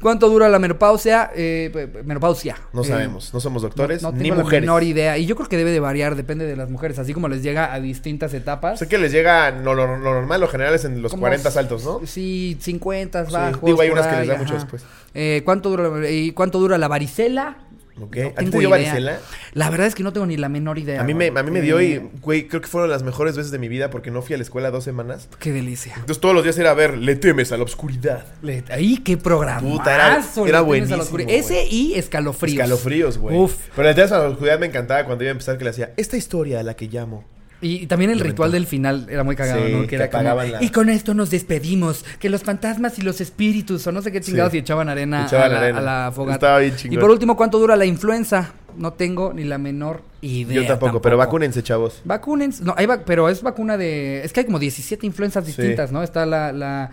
Speaker 1: ¿Cuánto dura la menopausia? Eh, pe- pe- menopausia.
Speaker 2: No
Speaker 1: Eh,
Speaker 2: sabemos, no somos doctores,
Speaker 1: No tengo
Speaker 2: ni
Speaker 1: la
Speaker 2: mujeres.
Speaker 1: menor idea. Y yo creo que debe de variar, depende de las mujeres, así como les llega a distintas etapas.
Speaker 2: Sé que les llega no, lo, lo normal, lo general es en los
Speaker 1: Como
Speaker 2: 40 saltos, ¿no?
Speaker 1: Sí, 50
Speaker 2: Sí,
Speaker 1: bajos.
Speaker 2: digo, hay
Speaker 1: por
Speaker 2: unas que les da
Speaker 1: ahí,
Speaker 2: mucho
Speaker 1: ajá.
Speaker 2: después.
Speaker 1: Eh, ¿cuánto, dura, ¿Y cuánto dura la varicela?
Speaker 2: Ok.
Speaker 1: No
Speaker 2: ¿A ti te
Speaker 1: tengo
Speaker 2: dio
Speaker 1: idea.
Speaker 2: varicela?
Speaker 1: La verdad es que no tengo ni la menor idea.
Speaker 2: A mí, me,
Speaker 1: güey.
Speaker 2: a mí me dio y,
Speaker 1: Eh,
Speaker 2: güey, creo que fueron las mejores veces de mi vida porque no fui a la escuela dos semanas.
Speaker 1: Qué delicia.
Speaker 2: Entonces todos los días era, a ver, le temes a la oscuridad.
Speaker 1: Le- Ay, qué programazo.
Speaker 2: Puta, era-
Speaker 1: le
Speaker 2: era
Speaker 1: tienes a la
Speaker 2: buenísimo,
Speaker 1: oscuridad.
Speaker 2: güey.
Speaker 1: Ese y escalofríos.
Speaker 2: Escalofríos, güey.
Speaker 1: Uf.
Speaker 2: Pero le temes a la oscuridad me encantaba cuando iba a empezar que le hacía, esta historia a la que llamo.
Speaker 1: Y, y también el
Speaker 2: Lamentable.
Speaker 1: ritual del final era muy cagado,
Speaker 2: Sí,
Speaker 1: ¿no? Que
Speaker 2: que
Speaker 1: era como,
Speaker 2: apagaban la-
Speaker 1: Y con esto nos despedimos. Que los fantasmas y los espíritus o no sé qué chingados
Speaker 2: Sí.
Speaker 1: y echaban arena, a,
Speaker 2: Echaban
Speaker 1: la,
Speaker 2: arena.
Speaker 1: a la fogata.
Speaker 2: Estaba bien chingón.
Speaker 1: Y por último, ¿cuánto dura la influenza? No tengo ni la menor idea.
Speaker 2: Yo tampoco,
Speaker 1: tampoco.
Speaker 2: pero vacúnense, chavos.
Speaker 1: Vacúnense, no, hay vac- pero es vacuna de... Es que hay como 17 influencias distintas, ¿no? Está la... la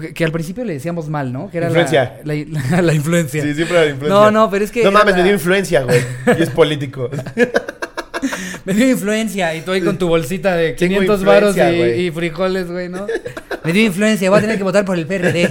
Speaker 1: que, que al principio le decíamos mal, ¿no? Que era la-
Speaker 2: Influencia.
Speaker 1: La, la- la influencia.
Speaker 2: Sí, siempre la influencia.
Speaker 1: No, no, pero es que
Speaker 2: No
Speaker 1: era
Speaker 2: mames, me
Speaker 1: la-
Speaker 2: dio influencia, güey. Y es político.
Speaker 1: Me dio influencia y tú ahí con tu bolsita de
Speaker 2: Tengo
Speaker 1: 500 varos y,
Speaker 2: influencia, güey.
Speaker 1: y frijoles, güey, ¿no? Me dio influencia, voy a tener que votar por el PRD.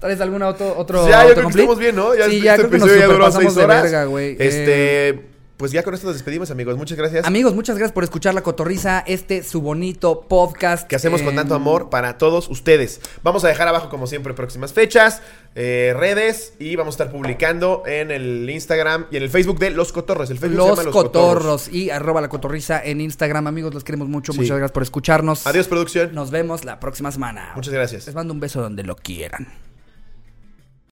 Speaker 1: ¿Traes algún auto, otro
Speaker 2: ya, yo creo que
Speaker 1: autocomplete?
Speaker 2: estamos bien, ¿no? Ya
Speaker 1: sí,
Speaker 2: este
Speaker 1: ya creo que nos
Speaker 2: episodio ya duró
Speaker 1: superpasamos
Speaker 2: seis
Speaker 1: de
Speaker 2: horas.
Speaker 1: verga, güey. Eh,
Speaker 2: Este, pues ya con esto nos despedimos, amigos. Muchas gracias.
Speaker 1: Amigos, muchas gracias por escuchar La Cotorriza, este su bonito podcast.
Speaker 2: que hacemos con
Speaker 1: Eh,
Speaker 2: tanto amor para todos ustedes. Vamos a dejar abajo, como siempre, próximas fechas, eh, redes y vamos a estar publicando en el Instagram y en el Facebook de Los Cotorros. El Facebook se
Speaker 1: Los
Speaker 2: llama
Speaker 1: Cotorros y arroba La Cotorriza en Instagram. Amigos, los queremos mucho.
Speaker 2: Sí.
Speaker 1: Muchas gracias por escucharnos.
Speaker 2: Adiós, producción.
Speaker 1: Nos vemos la próxima semana.
Speaker 2: Muchas gracias.
Speaker 1: Les mando un beso donde lo quieran.